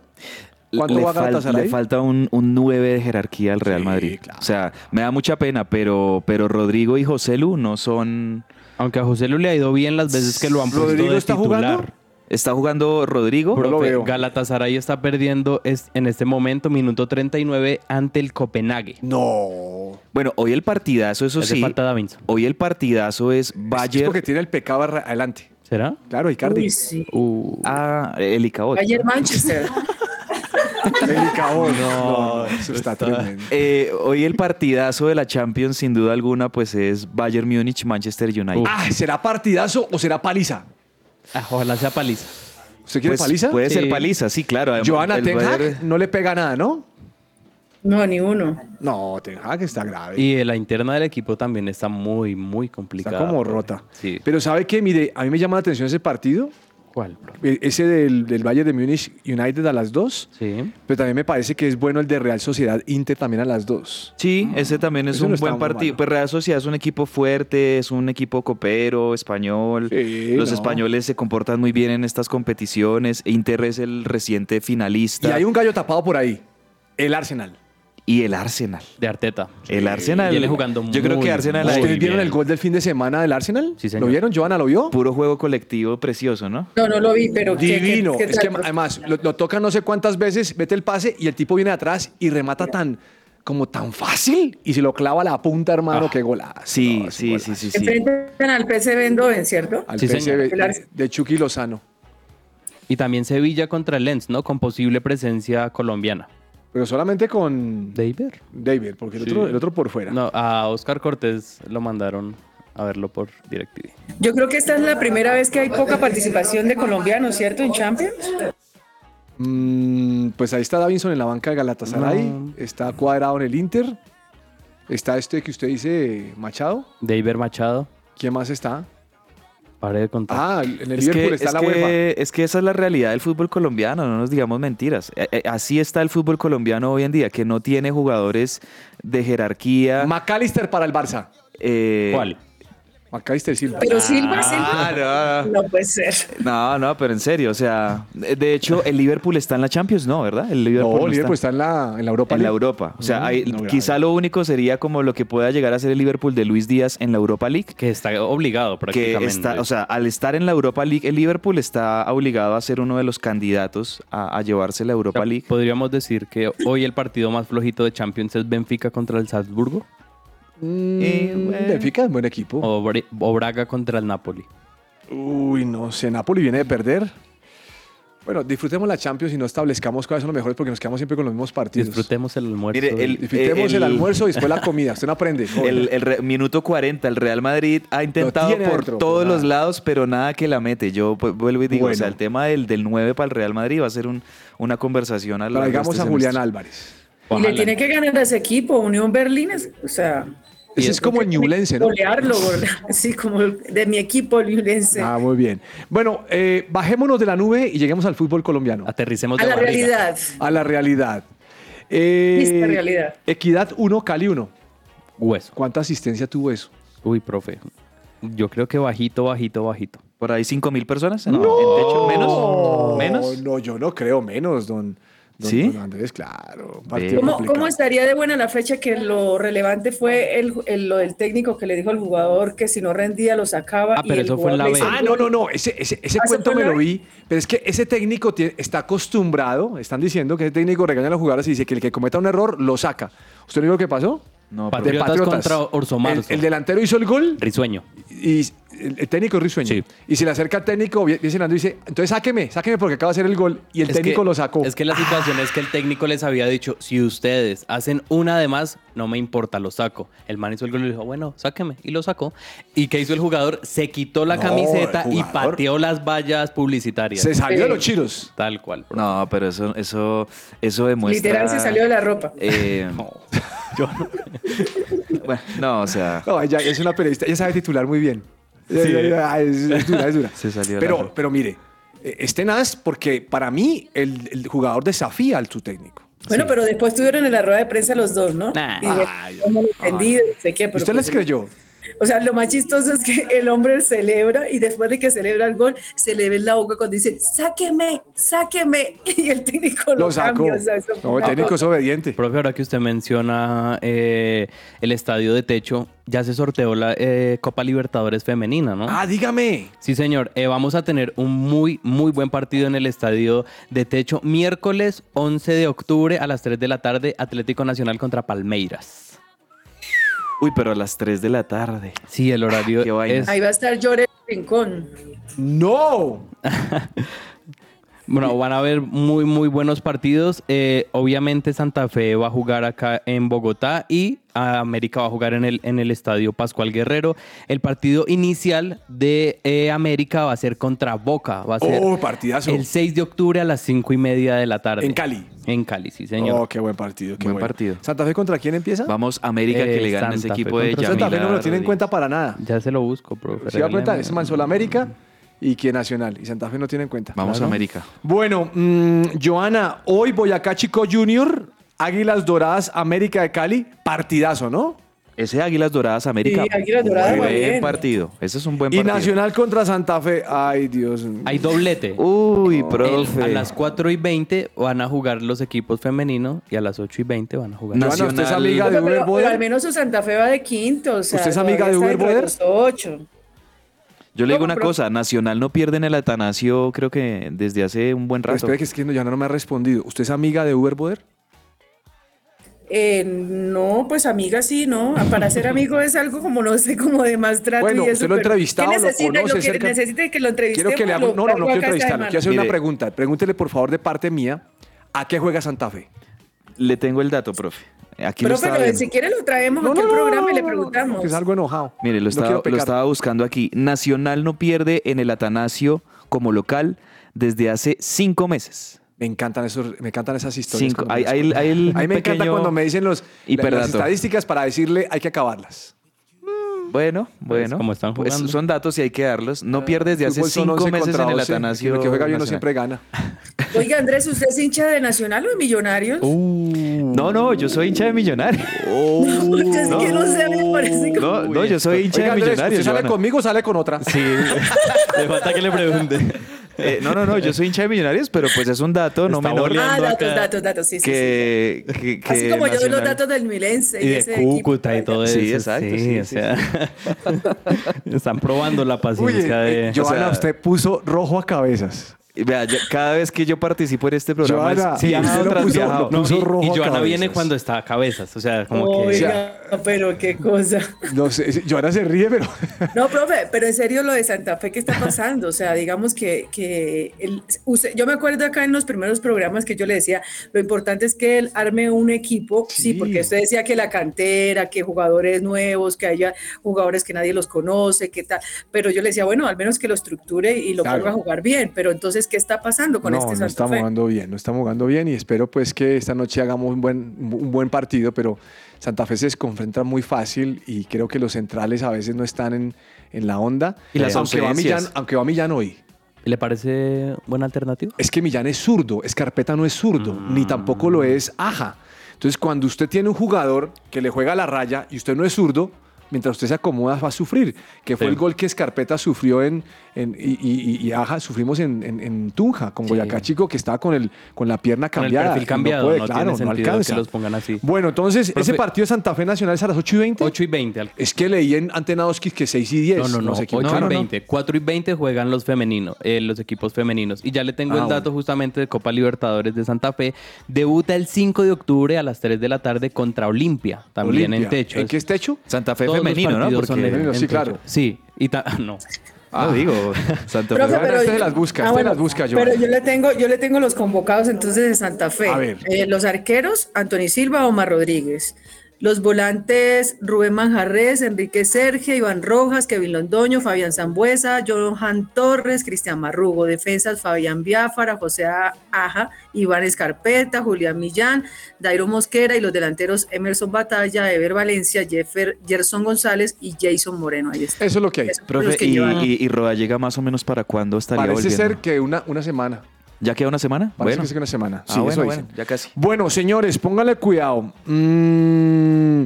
¿Cuánto
le,
va a
fal-
Galatasaray?
le falta un, un 9 de jerarquía al Real
Sí,
Madrid.
claro.
O sea, me da mucha pena, pero, pero Rodrigo y José Lu no son,
Aunque a José Lu le ha ido bien las veces que lo han puesto
¿Rodrigo
de
está
titular.
jugando?
¿Está jugando Rodrigo?
No lo
Profe,
veo.
Galatasaray está perdiendo es- en este momento, minuto 39, ante el Copenhague.
No.
Bueno, hoy el partidazo, eso
Hace
sí.
falta Davinson.
Hoy el partidazo es
Es
Bayern.
porque tiene el pecado arra- adelante.
¿Será?
Claro, Icardi.
Uy, sí.
Ah, el
pues,
Icaot.
Ayer Manchester.
Delicado. No, no, eso está tremendo.
Eh, hoy el partidazo de la Champions, sin duda alguna, pues es Bayern Múnich, Manchester United.
Ah, ¿será partidazo o será paliza?
Ah, ojalá sea paliza.
¿Usted quiere
Pues,
paliza?
Puede ser
Sí.
paliza, sí, claro. Además,
Joana
el
Ten Hag
Bayern-
no le pega nada, ¿no?
No, ni uno.
No, Ten Hag está grave.
Y la interna del equipo también está muy, muy
está
complicada.
como
profe.
rota.
Sí.
Pero ¿sabe qué? Mire, a mí me llama la atención ese partido,
¿Cuál, profe?
e- ese del, del Bayern de Múnich United a las 2,
Sí.
pero también me parece que es bueno el de Real Sociedad Inter también a las 2.
Sí, ese también
Ah,
es
Ese no
un
está
buen
muy
partido.
malo.
Pues Real Sociedad es un equipo fuerte, es un equipo copero, español.
Sí,
Los
no.
españoles se comportan muy bien en estas competiciones. Inter es el reciente
Y
finalista.
hay un gallo tapado por ahí, el Arsenal.
Y el Arsenal.
De Arteta.
El Arsenal.
Viene jugando
Yo creo
muy,
que Arsenal
muy
ahí-
¿Ustedes vieron
bien.
el gol del fin de semana del Arsenal?
Sí,
¿Lo
señor.
vieron, Joana? ¿Lo vio?
Puro juego colectivo precioso, ¿no?
No, no lo vi, pero qué- qué-
Divino.
qué
es
tal,
que
profe.
además lo, lo toca no sé cuántas veces, mete el pase y el tipo viene atrás y remata tan como tan fácil y se lo clava a la punta, hermano,
Ah.
qué golazo.
Sí,
No, es un
sí, sí,
golazo.
sí, sí.
Enfrentan al PSV Eindhoven, ¿cierto?
Al
Sí,
PSV
señor.
El Ars-
de Chucky Lozano.
Y también Sevilla contra el Lens, ¿no? Con posible presencia colombiana.
Pero solamente con
De Iber.
David, porque el, otro, el otro por fuera.
No, a Oscar Cortés lo mandaron a verlo por DirecTV.
Yo creo que esta es la primera vez que hay poca participación de colombianos, ¿cierto? En Champions.
Mm, pues ahí está Davinson en la banca de Galatasaray. Está cuadrado en el Inter. Está este que usted dice, Machado.
De Iber Machado.
¿Quién más está?
Pare de contar.
Ah, en el
Es que,
Liverpool está
es
la
que-
UEFA.
es que esa es la realidad del fútbol colombiano, no nos digamos mentiras. Eh, eh, Así está el fútbol colombiano hoy en día, que no tiene jugadores de jerarquía.
McAllister para el Barça.
eh,
¿Cuál?
McAllister Silva.
Pero Silva, Silva.
Ah, no.
No puede ser.
No, no, pero en serio, o sea, de hecho, el Liverpool está en la Champions, ¿no? ¿Verdad? El Liverpool,
No,
no
Liverpool
está
está en la, en la Europa
en la
League.
Europa. O sea,
No,
hay-
no, grave.
quizá lo único sería como lo que pueda llegar a ser el Liverpool de Luis Díaz en la Europa League.
Que está obligado
que
prácticamente.
está, o sea, al estar en la Europa League, el Liverpool está obligado a ser uno de los candidatos a, a llevarse la
O sea,
Europa League.
Podríamos decir que hoy el partido más flojito de Champions es Benfica contra el Salzburgo
Mm,
Eh, bueno. Oh.
Benfica es un buen equipo.
o, Bra- o Braga contra el Napoli.
Uy, no sé. Napoli viene de perder. Bueno, disfrutemos la Champions y no establezcamos cuáles son los mejores porque nos quedamos siempre con los mismos partidos.
Disfrutemos el almuerzo.
Mire, el-
Disfrutemos el
Eh, el-
almuerzo y después la comida. Usted no aprende. joven.
El, el re- minuto 40, el Real Madrid ha intentado
tiene
por
adentro,
todos
nada.
los lados, pero nada que la mete. Yo pu- vuelvo y digo, o sea,
Bueno.
el tema del, del 9 para el Real Madrid va a ser un- una conversación a lo largo de
Traigamos
este
a Julián
semestre.
Álvarez.
Y le tiene que ganar a ese equipo, Unión Berlín. es- O sea,
Ese es como el Ñublense, ¿no?
golearlo, golear- sí, como el- de mi equipo, el Ñublense.
Ah, muy bien. Bueno, eh, bajémonos de la nube y lleguemos al fútbol colombiano.
Aterricemos
a
de
la
barriga.
realidad.
A la realidad. Eh,
Triste realidad.
Equidad 1, Cali 1.
Hueso.
¿Cuánta asistencia tuvo eso?
Uy, profe. Yo creo que bajito, bajito, bajito.
Por ahí 5 mil personas en, en techo.
Oh.
¿Menos? ¿Menos?
No, yo no creo menos, don, don-
¿Sí?
don Andrés, claro. un partido
¿Cómo,
complicado.
cómo estaría de buena la fecha que lo relevante fue el, el- lo del técnico que le dijo al jugador que si no rendía lo sacaba?
Ah, pero
y el
eso fue en
jugador
la
le
B.
hizo el
Ah, no, no,
gol?
no, ese, ese, ese
Ah, ¿se
cuento
fue
me
la
lo
vez?
vi, pero es que ese técnico tiene- está acostumbrado, están diciendo que ese técnico regaña a los jugadores y dice que el que cometa un error lo saca. ¿Usted no vio lo que pasó?
No,
Pat-
pero-
Patriotas contra Orso
el,
Marzo.
el delantero hizo el gol
Risueño.
y el, el técnico es risueño.
Sí.
Y se le acerca al técnico, vi- viene Zenando y dice, entonces sáqueme, sáqueme porque acaba de hacer el gol y el
Es
técnico
que-
lo sacó.
Es que la situación es que el técnico les había dicho, si ustedes hacen una de más, no me importa, lo saco. El man hizo el gol y le dijo, bueno, sáqueme. Y lo sacó. ¿Y qué hizo el jugador? Se quitó la
No,
camiseta
el
y
jugador-
pateó las vallas publicitarias.
se salió de los chiros.
Tal cual, profe.
no, pero eso, eso, eso demuestra...
Literal se salió de la ropa.
Ah, eh, bueno, no, o sea...
No, ella es una periodista, ella sabe titular muy bien. Ella- ella- Es, es dura, es dura.
Se salió la
pero,
ropa.
pero mire, eh, es tenaz porque para mí el, el jugador desafía al su técnico.
Bueno, pero después estuvieron en la rueda de prensa los dos, ¿no?
Nah.
Y dijeron, "Cómo lo entendí, no sé qué, pero
¿Usted les
pues,
creyó?
O sea, lo más chistoso es que el hombre celebra y después de que celebra el gol, se le ve la boca cuando dice, sáqueme, sáqueme. Y el técnico lo,
Lo sacó.
cambia. o sea, eso-
No, el técnico es obediente.
Profe, ahora que usted menciona eh, el estadio de techo, ya se sorteó la eh, Copa Libertadores femenina, ¿no?
Ah, dígame.
Sí, señor. Eh, vamos a tener un muy, muy buen partido en el estadio de techo miércoles 11 de octubre a las 3 de la tarde, Atlético Nacional contra Palmeiras.
Uy, pero a las 3 de la tarde.
Sí, el horario
Qué vaina.
es...
Ahí va a estar Llore Rincón.
¡No!
Bueno, van a haber muy, muy buenos partidos. Eh, obviamente Santa Fe va a jugar acá en Bogotá y ah, América va a jugar en el, en el Estadio Pascual Guerrero. El partido inicial de eh, América va a ser contra Boca. Va a ser
¡Oh, partidazo!
el 6 de octubre a las 5 y media de la tarde.
En Cali.
En Cali, sí, señor.
Oh, qué buen partido. Qué
Buen
bueno.
partido.
¿Santa Fe contra quién empieza?
Vamos, América,
Eh,
que le gana ese
Santa Fe
equipo de
contra
Yamila.
Santa Fe no lo tiene en
Rodríguez.
cuenta para nada.
Ya se lo busco, profe.
Se va a cuenta,
Regáleme-
es Mansola América y que Nacional. Y Santa Fe no tiene en cuenta.
Vamos
Claro.
a América.
Bueno, mm, Joana, hoy Boyacá Chico Junior, Águilas Doradas, América de Cali, partidazo, ¿no?
Ese Águilas Doradas América.
Sí, Águilas Doradas,
buen
muy bien.
partido. Ese es un buen
Y
partido.
Nacional contra Santa Fe. Ay, Dios. mío.
Hay doblete.
Uh,
Uy,
El-
profe.
a las 4 y 20 van a jugar los equipos femeninos y a las 8 y 20 van a jugar.
No,
Joana, usted es
Nacional-
amiga de
Pero,
Uber
pero
Boder.
al menos su Santa Fe va de quinto. o sea,
¿Usted es amiga de
todavía está
Uber
entre
Boder?
los ocho.
Yo le digo
No,
una
pero-
cosa, Nacional no pierden el Atanasio, creo que desde hace un buen
Pero
rato.
espere que es que Joana no me ha respondido. ¿Usted es amiga de Uber Boder?
Eh, no, pues amiga sí, ¿no? Para ser amigo es algo como, no sé, como de más trato
Bueno,
y eso.
usted lo ha
pero
entrevistado,
¿qué
lo
necesita?
conoce
que-
cerca-
necesita que lo entrevistemos.
Quiero que le hago.
lo
No, no, no
traigo
quiero
Este acá esta
entrevistarlo. Quiero
semana.
hacer una
Mire.
pregunta. Pregúntele, por favor, de parte mía, ¿a qué juega Santa Fe?
Le tengo el dato, profe. Aquí lo
Profe,
estaba
lo-
viendo.
si quiere lo traemos a aquel programa y le preguntamos.
que es algo enojado.
Mire, lo
No
estaba,
quiero
lo
pecar.
estaba buscando aquí. Nacional no pierde en el Atanasio como local desde hace cinco meses.
Me encantan, esos, me encantan esas historias.
Cinco.
cuando
Ahí-
las
ahí-
cuentan.
ahí el
A mí me encanta
pequeño
cuando me dicen los, la- las
hiperdato.
estadísticas para decirle hay que acabarlas.
Bueno,
pues,
bueno. Pues,
como están jugando.
son datos y hay que darlos. No pierde desde hace
Ah, Fútbol son
cinco
11
meses
contra
en el
12,
Atanasio.
El que juega bien no
Nacional.
siempre gana.
Oiga, Andrés, ¿usted es hincha de Nacional o de Millonarios?
Uh,
No, no, yo soy hincha de millonario.
Yo es que no sé, me parece como... Ah,
No, no, yo soy hincha
Oiga,
de
Andrés,
millonario.
¿usted sale
Joana.
conmigo o sale con otra?
Sí, le falta que le pregunte.
Eh, no, no, no, yo soy hincha de millonarios, pero pues es un dato, no
Está
menor.
boleando.
Ah,
hablando
datos,
acá.
datos, datos, sí, sí,
que, que-
sí. Así
que
como yo doy los
Nacional-
datos del Milense.
Y
de
de
ese
Cúcuta y
equipo.
todo eso.
Sí, exacto, sí,
o
sí,
sea, están probando la paciencia de.
yo-
eh, Joana,
sea-
usted puso rojo a cabezas.
Vea, yo- cada vez que yo participo en este programa,
Joana,
es viajado
usted lo
tras
puso-
viajado.
lo puso-
y,
rojo
y
a
Joana viene
cabezas.
cuando está a cabezas. O sea, como que.
Oiga, pero qué cosa.
No sé, sí, Joana se ríe, pero
No, profe, pero en serio lo de Santa Fe, ¿qué está pasando? O sea, digamos que, que el- usted- yo me acuerdo acá en los primeros programas que yo le decía, lo importante es que él arme un equipo, sí, porque usted decía que la cantera, que jugadores nuevos, que haya jugadores que nadie los conoce, qué tal, pero yo le decía, bueno, al menos que lo estructure y lo
Claro.
ponga a jugar bien, pero entonces, ¿qué está pasando con
no,
este
no
Santa
estamos
Fe?
jugando bien, no estamos jugando bien y espero pues que esta noche hagamos un buen, un buen partido, pero Santa Fe se desconfrenta muy fácil y creo que los centrales a veces no están en, en la onda. Eh,
Y las
aunque, va
ausencias.
Millán, aunque va Millán hoy.
¿Le parece buena alternativa?
Es que Millán es zurdo, Escarpeta no es zurdo, ni tampoco lo es Aja. Entonces, cuando usted tiene un jugador que le juega a la raya y usted no es zurdo, mientras usted se acomoda va a sufrir, que fue
Sí.
el gol que Escarpeta sufrió en, en- y, y- y- y Aja sufrimos en, en- en Tunja, con
Sí.
Boyacá Chico, que estaba con, el, con la pierna
Con el
cambiada.
perfil
y
cambiado,
puede,
no
claro,
tiene sentido que
alcanza.
los pongan así.
Bueno, entonces,
Profe-
ese partido de Santa Fe Nacional es a las 8 y 20.
8 y 20. al-
Es que leí en Antena 2 que 6 y 10.
No, no, no.
se
8
equivocaron,
y
¿no?
20. 4 y 20 juegan los femeninos, eh, los equipos femeninos. Y ya le tengo
Ah,
el dato justamente de Copa Libertadores de Santa Fe. Debuta el 5 de octubre a las 3 de la tarde contra Olimpia, también en
Olimpia.
techo.
¿En qué es techo?
Santa Fe
Todos los
femenino, ¿no?
partidos son
Porque,
en-
femenino, sí,
en techo.
claro.
Sí, y ta- no.
no digo, Santa Fe.
Profe,
Joana,
pero
usted
yo-
las busca,
Ah,
usted
bueno,
las busca,
Pero
Joana.
yo le tengo, yo le tengo los convocados entonces de Santa Fe.
A ver.
Eh, los arqueros, Anthony Silva, Omar Rodríguez. Los volantes, Rubén Manjarres, Enrique Sergio, Iván Rojas, Kevin Londoño, Fabián Zambuesa, Johan Torres, Cristian Marrugo. Defensas, Fabián Biafara, José A- Aja, Iván Escarpeta, Julián Millán, Dairo Mosquera y los delanteros Emerson Batalla, Ever Valencia, Jeffer, Gerson González y Jason Moreno. Ahí está.
Eso es lo que hay.
Esos son los
Profe,
que
y,
llevan.
y, y Rodallega más o menos para cuándo estaría
Parece
volviendo.
ser que una, una semana.
¿Ya queda una semana?
Parece
bueno.
que es que una semana.
Ah,
Sí,
bueno,
eso
bueno,
dicen.
ya casi.
Bueno, señores, pónganle cuidado. Mm,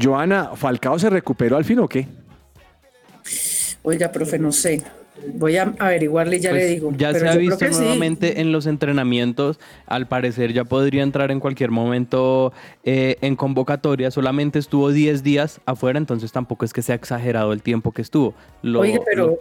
Joana, ¿Falcao se recuperó al fin o qué?
Oiga, profe, no sé. Voy a averiguarle y ya
Pues,
le digo.
ya
pero
se ha
yo creo
visto
que sí.
nuevamente en los entrenamientos. Al parecer ya podría entrar en cualquier momento eh, en convocatoria. Solamente estuvo 10 días afuera, entonces tampoco es que sea exagerado el tiempo que estuvo. Lo-
Oiga,
lo-
pero,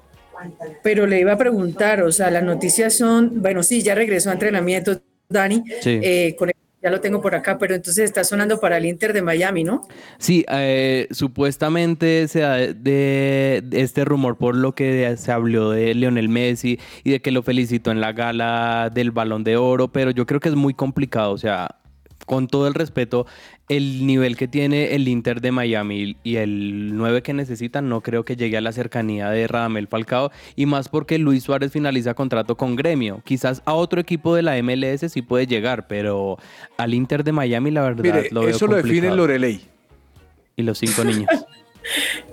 pero le iba a preguntar, o sea, las noticias son, bueno, sí, ya regresó a entrenamiento, Dani,
Sí.
eh, con- ya lo tengo por acá, pero entonces está sonando para el Inter de Miami, ¿no?
Sí, eh, supuestamente se da de, de este rumor por lo que se habló de Lionel Messi y de que lo felicitó en la gala del Balón de Oro, pero yo creo que es muy complicado, o sea, con todo el respeto, el nivel que tiene el Inter de Miami y el 9 que necesitan no creo que llegue a la cercanía de Radamel Falcao y más porque Luis Suárez finaliza contrato con Gremio. Quizás a otro equipo de la MLS sí puede llegar, pero al Inter de Miami la verdad
Mire,
lo veo
eso lo define
complicado.
Loreley.
Y los cinco niños.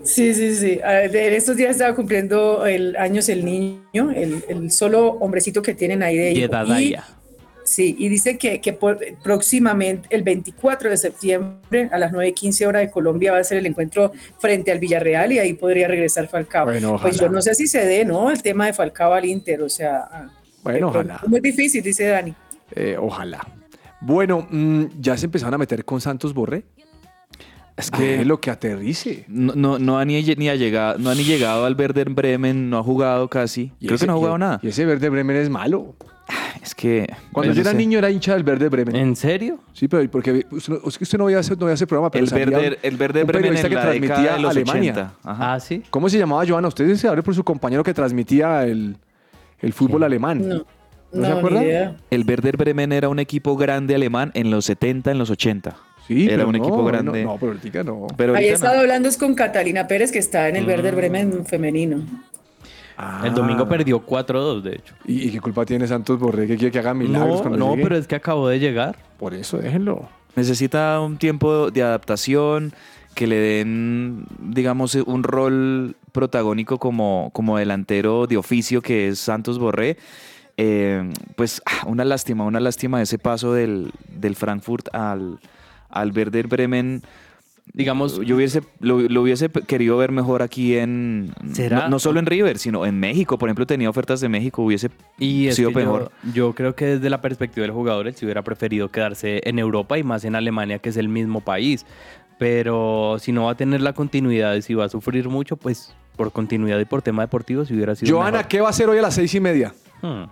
Sí, sí, sí. A ver, En estos días estaba cumpliendo el, años el niño, el, el solo hombrecito que tienen ahí de hijo.
Yedadaya.
Sí, y dice que, que por- próximamente, el 24 de septiembre a las 9.15 horas de Colombia va a ser el encuentro frente al Villarreal y ahí podría regresar Falcao.
Bueno,
pues
ojalá.
yo no sé si se dé, ¿no? El tema de Falcao al Inter, o sea... ah,
Bueno,
de pronto
ojalá.
es Muy difícil, dice Dani.
Eh, ojalá. Bueno, mm, ya se empezaron a meter con Santos Borré. Es que es lo que aterrice.
No, no, no, ha ni, ni ha llegado, no ha ni llegado al Werder Bremen, no ha jugado casi.
Y
Creo
ese-
que no ha jugado
y-
nada.
Y ese verde Bremen es malo.
Es que.
Cuando
pues,
yo era
no sé.
niño era hincha del verde Bremen.
¿En serio?
Sí, pero porque usted, no- es que usted no veía ese, no veía ese programa, pero
El
salía
Werder,
un-
el Werder
un
Bremen
periodista
en la década de los 80. Ajá.
Ah, sí.
¿Cómo se llamaba Joana? Usted se abre por su compañero que transmitía el, el fútbol alemán.
No,
¿No se
no, ni
acuerda?
idea.
El Werder Bremen era un equipo grande alemán en los 70, en los 80.
Sí,
era
pero
un
no,
equipo
no,
grande.
No, pero ahorita no. Mm.
Pero
Ahí he
ahorita no.
estado hablando es con Catalina Pérez, que está en el Verde Bremen femenino.
El domingo perdió 4-2, de hecho.
Ah, ¿Y, y qué culpa tiene Santos Borré que quiere que haga milagros
No,
cuando
no,
llegue?
pero es que acabó de llegar.
Por eso déjenlo.
Necesita un tiempo de adaptación, que le den, digamos, un rol protagónico como, como delantero de oficio que es Santos Borré. Eh, pues ah, una lástima, una lástima ese paso del, del Frankfurt al, al Werder Bremen.
Digamos,
Yo hubiese, lo, lo hubiese querido ver mejor aquí en...
¿Será?
No, no solo en River, sino en México. Por ejemplo, tenía ofertas de México, hubiese
y es
sido
que yo-
mejor.
Yo, creo que desde la perspectiva del jugador, él se hubiera preferido quedarse en Europa y más en Alemania, que es el mismo país. Pero si no va a tener la continuidad y si va a sufrir mucho, pues por continuidad y por tema deportivo, si hubiera sido.
Joana,
mejor.
¿qué va a hacer hoy a las seis y media?
Hmm.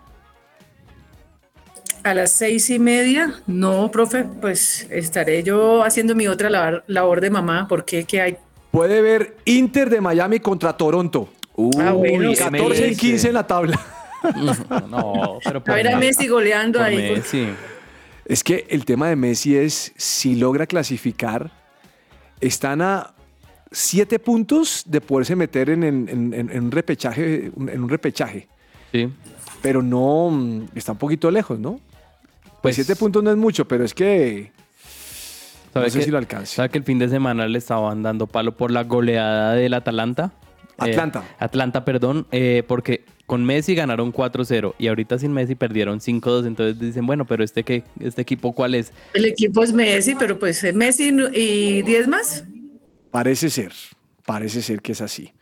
A las seis y media, no, profe, pues estaré yo haciendo mi otra lavar- labor de mamá, porque que hay.
Puede ver Inter de Miami contra Toronto.
Ah, bueno,
Uy,
14 y
MLS.
15 en la tabla.
No, pero
A
por
ver a
Messi,
Messi goleando
por
ahí.
Messi.
Es que el tema de Messi es si logra clasificar, están a siete puntos de poderse meter en, en- en- en- en un repechaje, en un repechaje.
Sí.
Pero no mm, está un poquito lejos, ¿no? Pues,
Pues-
siete puntos no es mucho, pero es que
¿Sabe
No sé
que-
si lo alcance.
¿Sabe que el fin de semana le estaban dando palo por la goleada del Atalanta? Eh,
Atlanta.
Atlanta, perdón, eh, porque con Messi ganaron 4-0 y ahorita sin Messi perdieron 5-2. Entonces dicen, bueno, pero este, qué, este equipo, ¿cuál es?
El equipo es Messi, pero pues eh, Messi no- y 10 más.
parece ser, parece ser que es así.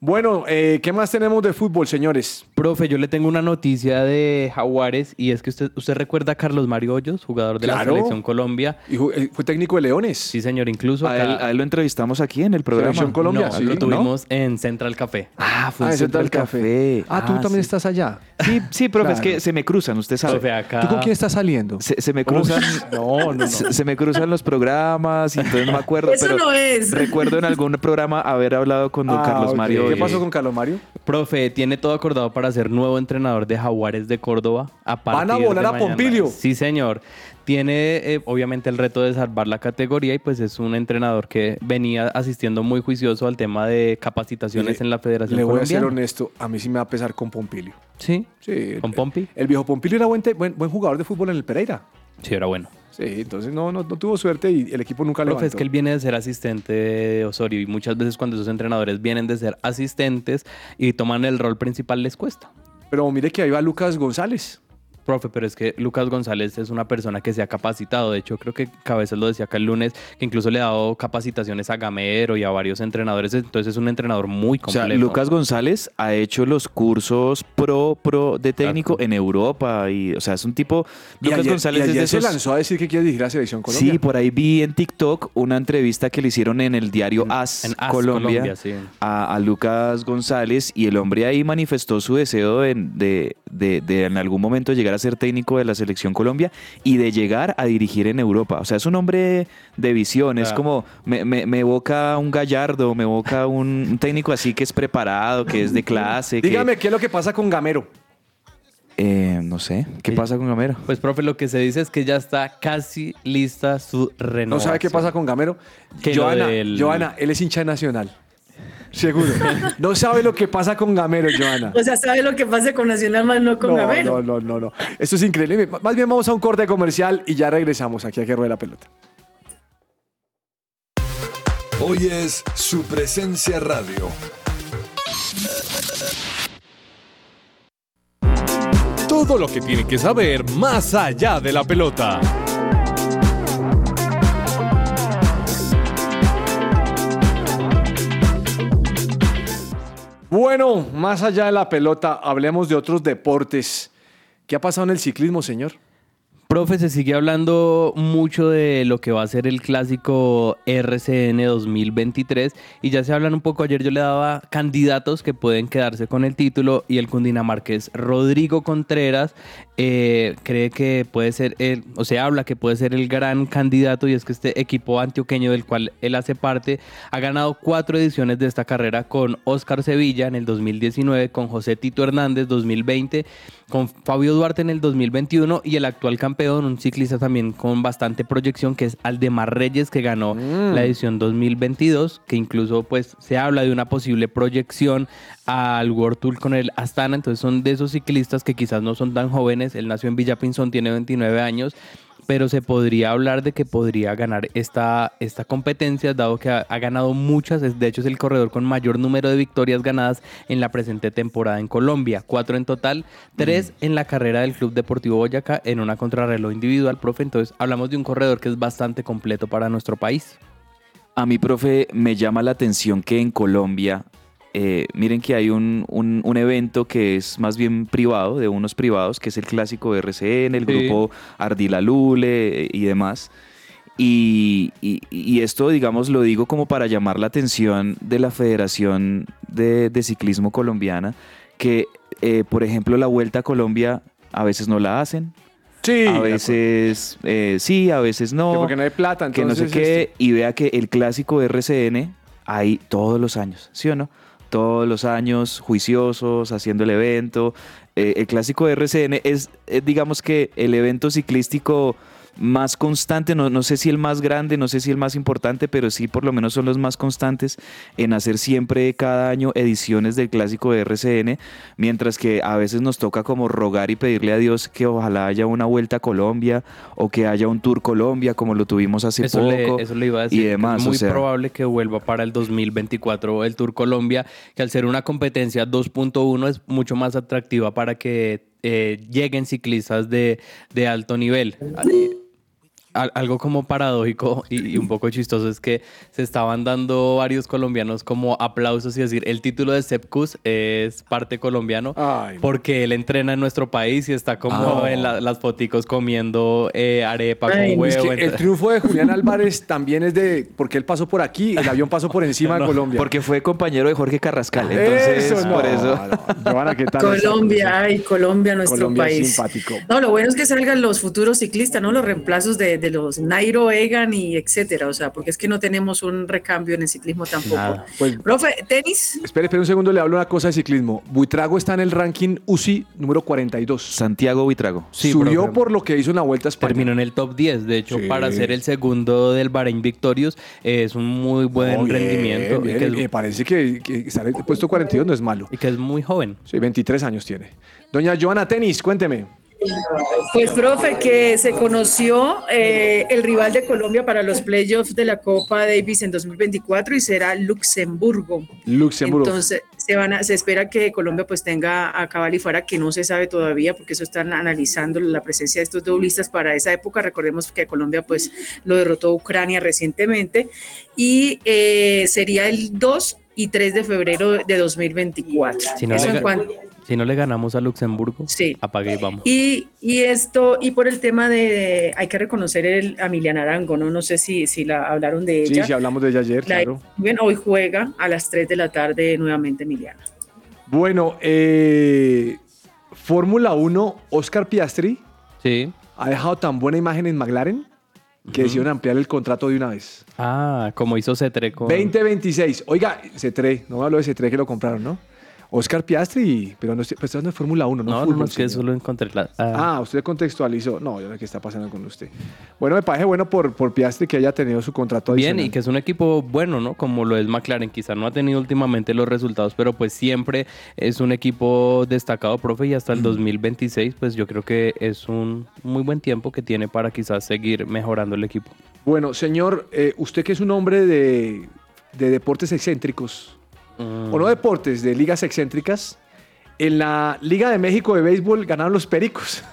Bueno, eh, ¿qué más tenemos de fútbol, señores?
Profe, yo le tengo una noticia de Jaguares y es que usted, usted recuerda a Carlos Mario Hoyos, jugador de
Claro.
la Selección Colombia.
Y ju- eh, fue técnico de Leones.
Sí, señor, incluso
A él,
acá-
a él lo entrevistamos aquí en el programa.
Selección Colombia,
no,
sí,
lo
¿no?
tuvimos en Central Café.
Ah, fue
Ah,
en
ese
Central
tal café. Ah, tú también
sí.
estás allá.
Sí, sí, profe, es
Claro.
que se me cruzan, usted
Profe,
sabe.
acá...
¿Tú con quién estás saliendo?
Se, ah, se me cruzan.
No, no, no.
Se, se me cruzan los programas y entonces no me acuerdo.
Eso
pero
no es.
Recuerdo en algún programa haber hablado con don
Ah,
Carlos
ok.
Mario.
eh,
¿Qué
y-
pasó con Carlos Mario?
Profe, tiene todo acordado para ser nuevo entrenador de Jaguares de Córdoba. A
Van a
partir de
volar a
mañana.
Pompilio.
Sí, señor. Tiene eh, obviamente el reto de salvar la categoría y pues es un entrenador que venía asistiendo muy juicioso al tema de capacitaciones
Le-
en la Federación
Le voy a
Colombiana.
ser honesto, a mí sí me va a pesar con Pompilio.
Sí,
Sí.
con
el-
Pompi.
El viejo Pompilio era buen, te- buen, buen jugador de fútbol en el Pereira.
Sí, era bueno.
Sí, entonces no, no, no tuvo suerte y el equipo nunca lo
Profe, es que él viene de ser asistente de Osorio y muchas veces cuando esos entrenadores vienen de ser asistentes y toman el rol principal les cuesta.
Pero mire que ahí va Lucas González.
profe, pero es que Lucas González es una persona que se ha capacitado. De hecho, creo que Cabezas lo decía acá el lunes, que incluso le ha dado capacitaciones a Gamero y a varios entrenadores. Entonces es un entrenador muy
O sea,
complejo.
Lucas González ha hecho los cursos pro, pro de técnico
Exacto.
en Europa. Y, o sea, es un tipo.
Y
Lucas
ayer-
González
y
es
ayer
de
se
esos-
lanzó a decir que quiere dirigir la selección Colombia.
Sí, por ahí vi en TikTok una entrevista que le hicieron en el diario AS,
en AS
Colombia,
Colombia, sí.
a, a Lucas González y el hombre ahí manifestó su deseo de, de- de- de en algún momento llegar a ser técnico de la selección Colombia y de llegar a dirigir en Europa. O sea, es un hombre de visión, es
Claro.
como me, me- me evoca un gallardo, me evoca un, un técnico así que es preparado, que es de clase. que-
Dígame qué es lo que pasa con Gamero.
Eh, no sé, ¿qué pasa con Gamero?
Pues, profe, lo que se dice es que ya está casi lista su renovación.
No, sabe qué pasa con Gamero.
Que lo
Joana,
del-
Joana, él es hincha de nacional. Seguro. no sabe lo que pasa con Gamero, Joana.
O sea, sabe lo que pasa con Nacional, más no Pues, con
no,
Gamero.
no, no, no, no. Esto es increíble. M- Más bien vamos a un corte comercial y ya regresamos aquí a que ruede la pelota.
Hoy es su presencia radio.
Todo lo que tiene que saber más allá de la pelota.
Bueno, más allá de la pelota, hablemos de otros deportes. ¿Qué ha pasado en el ciclismo, señor?
Profe, se sigue hablando mucho de lo que va a ser el clásico RCN 2023 y ya se hablan un poco, ayer yo le daba candidatos que pueden quedarse con el título y el cundinamarqués Rodrigo Contreras eh, cree que puede ser, el, o se habla que puede ser el gran candidato y es que este equipo antioqueño del cual él hace parte ha ganado cuatro ediciones de esta carrera con Oscar Sevilla en el 2019, con José Tito Hernández 2020 con Fabio Duarte en el 2021 y el actual campeón, un ciclista también con bastante proyección, que es Aldemar Reyes, que ganó la edición 2022, que incluso pues se habla de una posible proyección al World Tour con el Astana, entonces son de esos ciclistas que quizás no son tan jóvenes, él nació en Villapinzón, tiene 29 años, pero se podría hablar de que podría ganar esta, esta competencia, dado que ha, ha ganado muchas, es- de hecho es el corredor con mayor número de victorias ganadas en la presente temporada en Colombia, cuatro en total, tres en la carrera del Club Deportivo Boyacá en una contrarreloj individual, profe, entonces hablamos de un corredor que es bastante completo para nuestro país.
A mí, profe, me llama la atención que en Colombia, eh, miren que hay un, un- un evento que es más bien privado, de unos privados, que es el clásico RCN, el
Sí.
grupo Ardila Lule eh, y demás. Y, y- y esto, digamos, lo digo como para llamar la atención de la Federación de, de Ciclismo Colombiana, que, eh, por ejemplo, la Vuelta a Colombia a veces no la hacen,
Sí.
a veces eh, sí, a veces no
porque no hay plata,
que no
entonces. este,
sé qué, y vea que el clásico RCN hay todos los años, ¿sí o no? Todos los años, juiciosos, haciendo el evento. Eh, el clásico RCN es, eh, digamos que, el evento ciclístico más constante, no, no sé si el más grande, no sé si el más importante, pero sí por lo menos son los más constantes en hacer siempre cada año ediciones del clásico de RCN, mientras que a veces nos toca como rogar y pedirle a Dios que ojalá haya una vuelta a Colombia o que haya un Tour Colombia como lo tuvimos hace
eso,
poco.
le, eso le iba a decir.
y
que es
demás, o
muy
sea.
probable que vuelva para el 2024 el Tour Colombia, que al ser una competencia 2.1 es mucho más atractiva para que eh, lleguen ciclistas de, de alto nivel. Al- algo como paradójico y, y un poco chistoso es que se estaban dando varios colombianos como aplausos y decir, el título de Sepkus es parte colombiano
Ay.
porque él entrena en nuestro país y está como
Ah.
en la- las foticos comiendo eh, arepa
Ay,
con
no,
huevo.
es
Es que el
entonces-
triunfo de Julián Álvarez también es de porque él pasó por aquí, el avión pasó por encima de Colombia.
Porque fue compañero de Jorge Carrascal, entonces
no,
por eso.
no. Giovanna, ¿qué tal?
Colombia, ay, Colombia, nuestro
Colombia es
país.
simpático.
No, lo bueno es que salgan los futuros ciclistas, ¿no? Los reemplazos de, de los Nairo, Egan y etcétera. O sea, porque es que no tenemos un recambio en el ciclismo tampoco.
Nada.
Pues-
Profe, tenis.
Espere, espere un segundo, le hablo una cosa de ciclismo. Buitrago está en el ranking UCI número 42.
Santiago Buitrago.
Sí,
Subió
profe.
por lo que hizo en la Vuelta a España.
Terminó en el top 10. De hecho, para ser el segundo del Bahrein Victorious, eh, es un muy buen
Oh, bien,
rendimiento.
bien.
y, que es,
Me parece que, que estar en el puesto 42 no es malo.
y que es muy joven.
Sí, 23 años tiene. Doña Joana Tenis, cuénteme.
Pues, profe, que se conoció eh, el rival de Colombia para los playoffs de la Copa Davis en 2024 y será Luxemburgo.
Luxemburgo.
Entonces, se, van a- se espera que Colombia pues tenga a Cabal y Fara, que no se sabe todavía, porque eso están analizando la presencia de estos doblistas para esa época. Recordemos que Colombia pues lo derrotó a Ucrania recientemente y eh, sería el 2 y 3 de febrero de 2024.
Si no,
Eso
le,
en
ga-
cuanto-
si no le ganamos a Luxemburgo,
Sí.
apague y vamos.
y, y esto, y por el tema de, hay que reconocer el, a Emiliana Arango, ¿no? No sé si, si la hablaron de
Sí,
ella.
sí, hablamos de ella ayer,
La-
claro.
Bien, hoy juega a las 3 de la tarde nuevamente Emiliana.
Bueno, eh, Fórmula 1, Oscar Piastri
Sí.
ha dejado tan buena imagen en McLaren que decidieron ampliar el contrato de una vez.
Ah, como hizo Cetre con...
2026. Oiga, C3, no me hablo de C3 que lo compraron, ¿no? Oscar Piastri, pero no estoy pues, estoy hablando de Fórmula 1, no,
No, no,
fútbol,
no, es que
señor.
solo encontré la... ah,
Ah, usted contextualizó. No, yo no sé qué está pasando con usted. Bueno, me parece bueno por, por Piastri que haya tenido su contrato
bien,
adicional.
y que es un equipo bueno, ¿no? Como lo es McLaren. Quizá no ha tenido últimamente los resultados, pero pues siempre es un equipo destacado, profe, y hasta el 2026, pues yo creo que es un muy buen tiempo que tiene para quizás seguir mejorando el equipo.
Bueno, señor, eh, usted que es un hombre de, de deportes excéntricos,
Mm.
o no deportes, de ligas excéntricas, en la Liga de México de Béisbol ganaron los Pericos.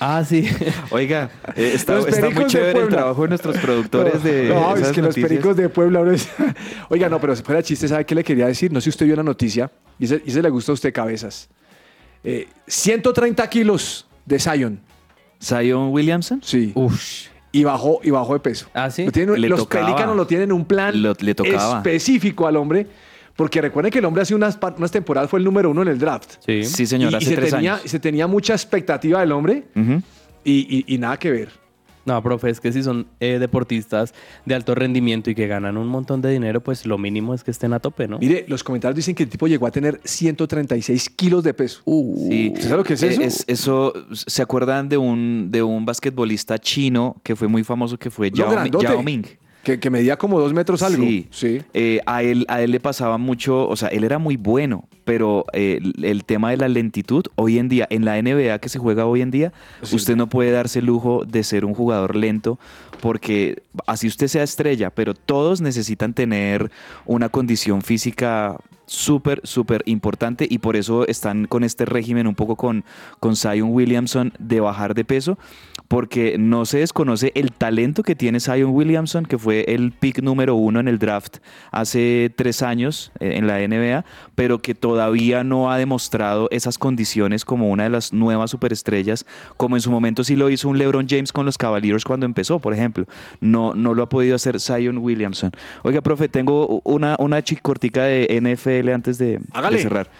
Ah, sí.
Oiga, eh, está,
Los
está
pericos
muy
de
chévere el
Puebla.
trabajo de nuestros productores de
No, es
esas
que los
noticias.
Pericos de Puebla. ahora es- Oiga, no, pero fuera de chiste, ¿sabe qué le quería decir? No sé si usted vio la noticia, y se, y se le gusta a usted cabezas. Eh, 130 kilos de Zion,
Zion Williamson
sí.
Uf.
y bajó y bajó de peso.
¿Ah, sí?
Lo tienen un-
Le
los
tocaba.
pelícanos lo tienen un plan
Lo- le tocaba.
específico al hombre, porque recuerden que el hombre hace unas, par- unas temporadas fue el número uno en el draft.
Sí.
Sí,
y,
señor,
y
hace
se
tres
tenía,
años.
se tenía mucha expectativa del hombre
Ujú.
y, y- y nada que ver.
No, profe, es que si son eh, deportistas de alto rendimiento y que ganan un montón de dinero, pues lo mínimo es que estén a tope, ¿no?
Mire, los comentarios dicen que el tipo llegó a tener 136 kilos de peso.
Sí.
¿Usted sabe lo que es
Eh,
eso?
eso- ¿Se acuerdan de un, de un basquetbolista chino que fue muy famoso, que fue
Lo
Yao, Mi-
grandote.
Yao Ming?
Que, que medía como dos metros algo.
Sí. Eh, a, él, a él le pasaba mucho, o sea, él era muy bueno, pero eh, el, el tema de la lentitud, hoy en día, en la NBA que se juega hoy en día, usted no puede darse el lujo de ser un jugador lento, porque así usted sea estrella, pero todos necesitan tener una condición física súper, súper importante y por eso están con este régimen un poco con, con Zion Williamson de bajar de peso, porque no se desconoce el talento que tiene Zion Williamson, que fue el pick número uno en el draft hace tres años eh, en la NBA, pero que todavía no ha demostrado esas condiciones como una de las nuevas superestrellas, como en su momento sí lo hizo un LeBron James con los Cavaliers cuando empezó, por ejemplo. No, no lo ha podido hacer Zion Williamson. Oiga, profe, tengo una, una chicortica de NFL antes de- de
Hágale.
cerrar.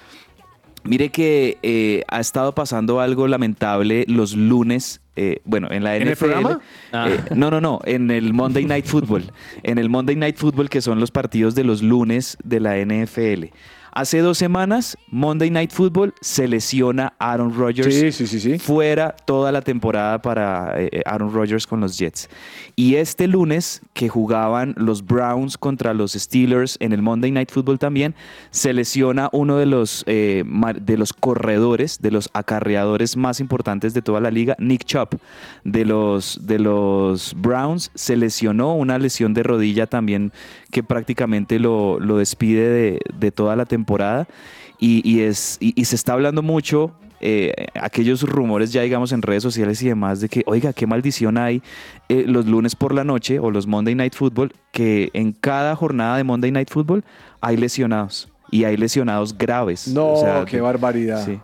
Mire que eh, ha estado pasando algo lamentable los lunes, eh, bueno, en la NFL.
el programa?
Ah.
Eh, no, no, no, en el Monday Night Football. En el Monday Night Football, que son los partidos de los lunes de la NFL. Hace dos semanas, Monday Night Football se lesiona a Aaron Rodgers
Sí, sí, sí, sí.
fuera toda la temporada para eh, Aaron Rodgers con los Jets. Y este lunes, que jugaban los Browns contra los Steelers en el Monday Night Football también, se lesiona uno de los, eh, ma- de los corredores, de los acarreadores más importantes de toda la liga, Nick Chubb, de los, de los Browns. Se lesionó una lesión de rodilla también que prácticamente lo, lo despide de, de toda la temporada. Y, y es, y- y se está hablando mucho eh, aquellos rumores ya digamos en redes sociales y demás de que, oiga, qué maldición hay eh, los lunes por la noche o los Monday Night Football, que en cada jornada de Monday Night Football hay lesionados y hay lesionados graves.
No,
O sea,
qué
de-
barbaridad.
sí.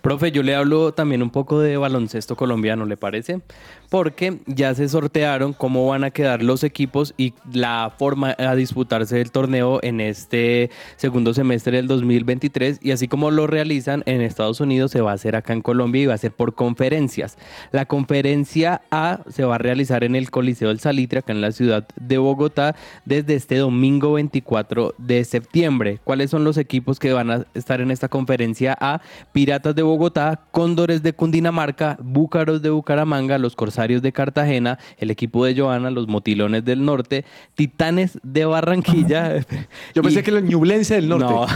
Profe, yo le hablo también un poco de baloncesto colombiano, ¿le parece? Porque ya se sortearon cómo van a quedar los equipos y la forma a disputarse el torneo en este segundo semestre del 2023. Y así como lo realizan en Estados Unidos, se va a hacer acá en Colombia y va a ser por conferencias. La conferencia A se va a realizar en el Coliseo del Salitre, acá en la ciudad de Bogotá, desde este domingo 24 de septiembre. ¿Cuáles son los equipos que van a estar en esta conferencia A? Piratas de Bogotá. Bogotá, Cóndores de Cundinamarca, Búcaros de Bucaramanga, los Corsarios de Cartagena, el equipo de Joana, los Motilones del Norte, Titanes de Barranquilla.
Yo pensé
y-
que el ñublense del norte.
No.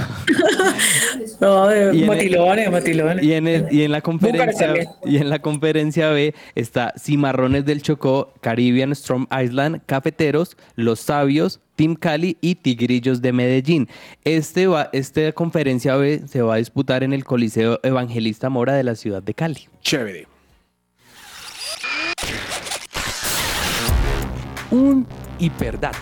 No,
Y en
de
el-
motilones, motilones.
Y en, el- y en la conferencia
Bucaramanga.
y en la conferencia B está Cimarrones del Chocó, Caribbean Storm Island, Cafeteros, Los Sabios, Team Cali y Tigrillos de Medellín. Este va, esta conferencia B se va a disputar en el Coliseo Evangelista Mora de la ciudad de Cali.
Chévere. Un hiperdato.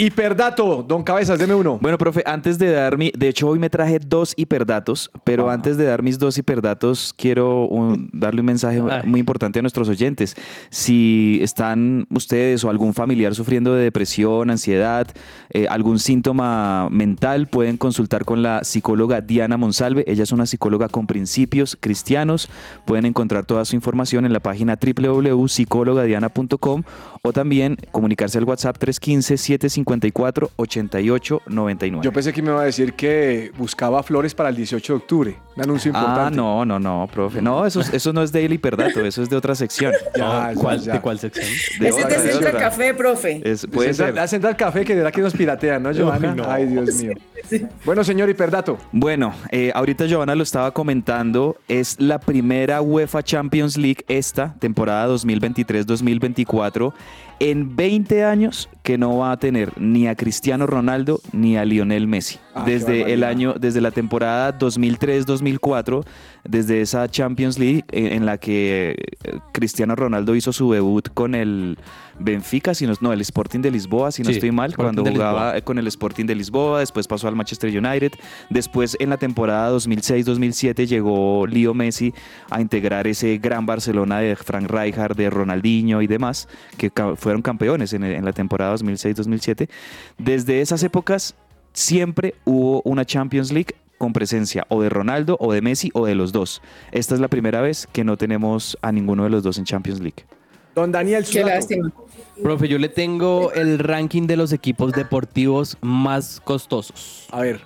Hiperdato, don Cabezas, deme uno.
Bueno, profe, antes de dar mi. De hecho, hoy me traje dos hiperdatos, pero antes de dar mis dos hiperdatos, quiero un- darle un mensaje
Ay.
muy importante a nuestros oyentes. Si están ustedes o algún familiar sufriendo de depresión, ansiedad, eh, algún síntoma mental, pueden consultar con la psicóloga Diana Monsalve. Ella es una psicóloga con principios cristianos. Pueden encontrar toda su información en la página www.psicologadiana.com o también comunicarse al WhatsApp 315-754-8899.
Yo pensé que me iba a decir que buscaba flores para el 18 de octubre. Un anuncio importante.
Ah, no, no, no, profe. No, eso, es- eso no es Daily Perdato, eso es de otra sección.
Ya, ya,
¿Cuál-
ya.
¿De cuál sección?
De
Ese
otra,
te
de
centra
otra.
café, profe.
Es- puede
Puede
ser.
La central café que dirá que nos piratean, ¿no, Giovanna? Ay, Dios mío. Bueno, señor hiperdato.
Bueno, eh, ahorita Giovanna lo estaba comentando, es la primera UEFA Champions League esta temporada 2023-2024 en 20 años que no va a tener ni a Cristiano Ronaldo ni a Lionel Messi.
Ah, qué
desde el
barbaridad.
año, desde la temporada 2003-2004, desde esa Champions League eh, en la que eh, Cristiano Ronaldo hizo su debut con el Benfica, si no, no, el Sporting de Lisboa, si no
Sí,
estoy mal,
Sporting
cuando
de
jugaba
Lisboa.
eh, con el Sporting de Lisboa, después pasó al Manchester United, después en la temporada 2006-2007 llegó Leo Messi a integrar ese gran Barcelona de Frank Rijkaard, de Ronaldinho y demás, que ca- fueron campeones en, el- en la temporada 2006-2007. Desde esas épocas siempre hubo una Champions League con presencia o de Ronaldo o de Messi o de los dos. Esta es la primera vez que no tenemos a ninguno de los dos en Champions League.
Don Daniel
Qué
Sulato.
lástima.
Profe, yo le tengo el ranking de los equipos deportivos más costosos.
A ver,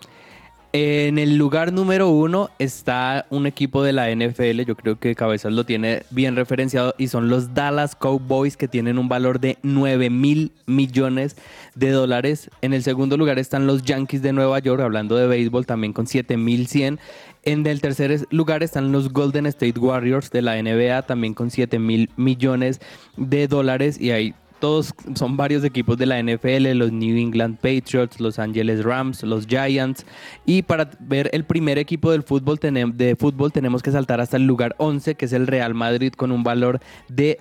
En el lugar número uno está un equipo de la NFL, yo creo que Cabezas lo tiene bien referenciado, y son los Dallas Cowboys que tienen un valor de 9 mil millones de dólares. En el segundo lugar están los Yankees de Nueva York, hablando de béisbol, también con 7 mil 100. En el tercer es- lugar están los Golden State Warriors de la NBA, también con 7 mil millones de dólares, y ahí todos son varios equipos de la NFL, los New England Patriots, los Angeles Rams, los Giants. Y para ver el primer equipo del fútbol, tenem- de fútbol tenemos que saltar hasta el lugar 11, que es el Real Madrid, con un valor de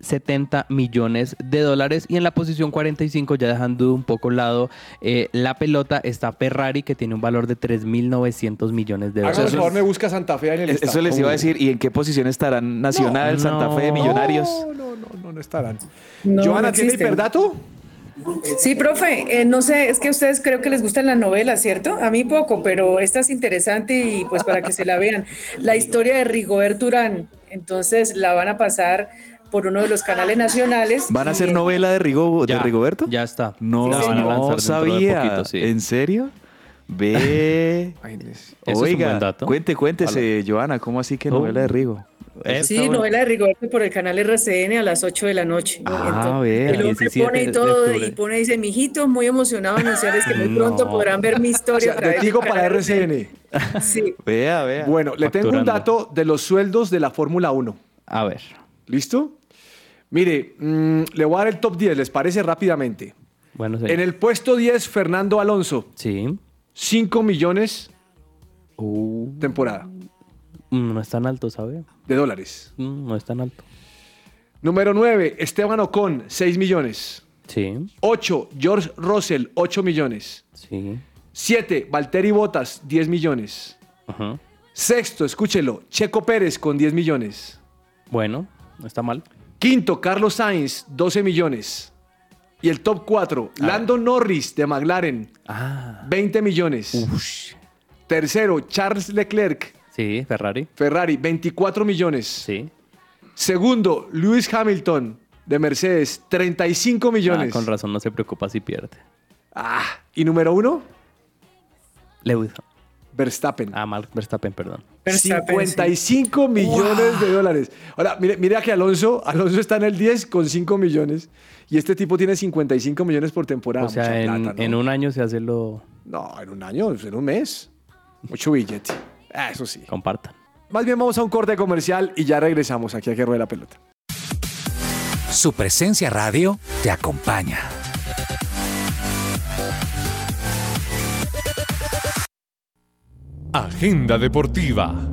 6.070 millones de dólares. Y en la posición 45, ya dejando un poco al lado eh, la pelota, está Ferrari, que tiene un valor de 3.900 millones de
hágame por
dólares.
favor, me busca Santa Fe ahí en el
E-, Eso
estado.
les iba a decir, ¿y en qué posición estarán Nacional,
No,
Santa Fe,
no.
Millonarios?
No, no, no, no, no estarán.
No,
Joana,
no
¿tiene
existen.
hiperdato?
Sí, profe, eh, no sé, es que a ustedes creo que les gustan las novelas, ¿cierto? A mí poco, pero esta es interesante y pues para que se la vean. La historia de Rigobert Durán, entonces la van a pasar por uno de los canales nacionales.
¿Van a
Y,
hacer
eh,
novela de, Rigo, de
Ya,
Rigoberto?
Ya está.
No,
La van a lanzar
no
dentro de
sabía.
poquito, sí.
¿En serio? Ve.
Eso es un
Oiga,
buen dato.
cuente, cuéntese, Joana, ¿cómo así que
Oh.
novela de Rigo?
Eso
Sí,
está bueno.
novela de Rigoberto por el canal RCN a las 8 de la noche. ¿no?
Ah,
Entonces,
vea,
el hombre
17
pone y
de
todo
octubre.
y pone y dice, mijito, muy emocionado anunciarles que muy pronto
No.
podrán ver mi
O
historia.
sea,
a través
de
del
Tigo para
canal
RCN.
Sí.
Vea, vea.
Bueno, le tengo un
Facturando.
dato de los sueldos de la Fórmula 1.
A ver.
¿Listo? Mire, mm, le voy a dar el top 10, ¿les parece rápidamente?
Bueno, sí.
En el puesto 10, Fernando Alonso,
Sí.
5 millones
Uh,
temporada
Mm, no es tan alto, ¿sabe?
de dólares.
Mm, No es tan alto.
Número 9, Esteban Ocon, 6 millones.
Sí,
8, George Russell, 8 millones.
sí.
7, Valtteri Bottas, 10 millones.
Ajá.
Sexto, escúchelo, Checo Pérez con 10 millones.
Bueno, no está mal.
Quinto, Carlos Sainz, 12 millones. Y el top 4, Lando Norris de McLaren,
Ah.
20 millones. Tercero, Charles Leclerc,
Sí, Ferrari.
Ferrari, 24 millones.
Sí. Ah,
Segundo, Lewis Hamilton de Mercedes, 35
Ah,
millones.
con razón no se preocupa si pierde.
Ah, y número uno,
Lewis.
Verstappen.
Ah, Mark Verstappen, perdón.
Verstappen, sí.
55 millones de dólares. Ahora, mire, mira que Alonso, Alonso está en el 10 con 5 millones y este tipo tiene 55 millones por temporada.
o sea,
Mucha
en,
plata, ¿no?
en un año se hace lo...
No, en un año, en un mes. Mucho billete. Ah, eso sí.
Compartan.
Más bien vamos a un corte comercial y ya regresamos aquí a que ruede la pelota.
Su presencia radio te acompaña.
Agenda deportiva.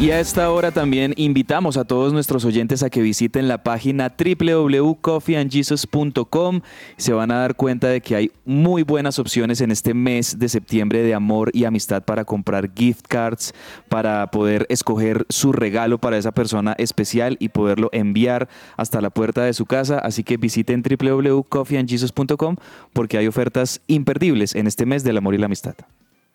Y a esta hora también invitamos a todos nuestros oyentes a que visiten la página www.coffeeandjesus.com. Se van a dar cuenta de que hay muy buenas opciones en este mes de septiembre de amor y amistad para comprar gift cards, para poder escoger su regalo para esa persona especial y poderlo enviar hasta la puerta de su casa. Así que visiten www.coffeeandjesus.com porque hay ofertas imperdibles en este mes del amor y la amistad.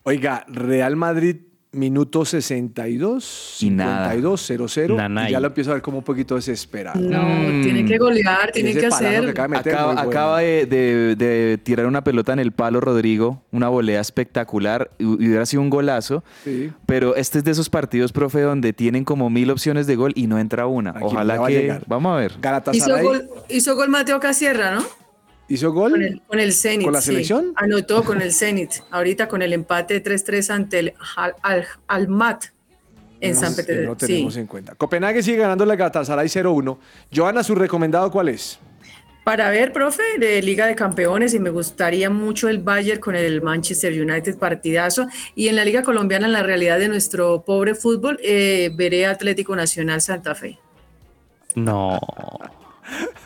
Oiga, Real Madrid, minuto 62,
Y nada.
52, 00.
Nanay.
Y ya lo empiezo a ver como un poquito desesperado.
No, tiene que golear, tiene
Mm. Ese
que
palazo
hacer.
acaba de meter,
Acaba,
muy bueno.
acaba de, de- de tirar una pelota en el palo Rodrigo, una volea espectacular y y hubiera sido un golazo.
Sí.
Pero este es de esos partidos, profe, donde tienen como mil opciones de gol y no entra una.
Aquí
Ojalá
va a
que...
llegar.
vamos a ver.
Hizo
Galatasaray
gol, hizo gol Mateo Casierra, ¿no?
hizo
Con
gol.
el, con el Zenit.
¿Mm? ¿Con la
sí.
selección?
Anotó con el Zenit. Ahorita con el empate 3-3 ante el Al- Al- Almat en San
Sí,
Petersburgo.
No tenemos
Sí.
en cuenta. Copenhague sigue ganando la Galatasaray 0-1. Joana, ¿su recomendado cuál es?
Para ver, profe, de Liga de Campeones y me gustaría mucho el Bayern con el Manchester United partidazo. Y en la Liga Colombiana, en la realidad de nuestro pobre fútbol, eh, veré Atlético Nacional Santa Fe.
No.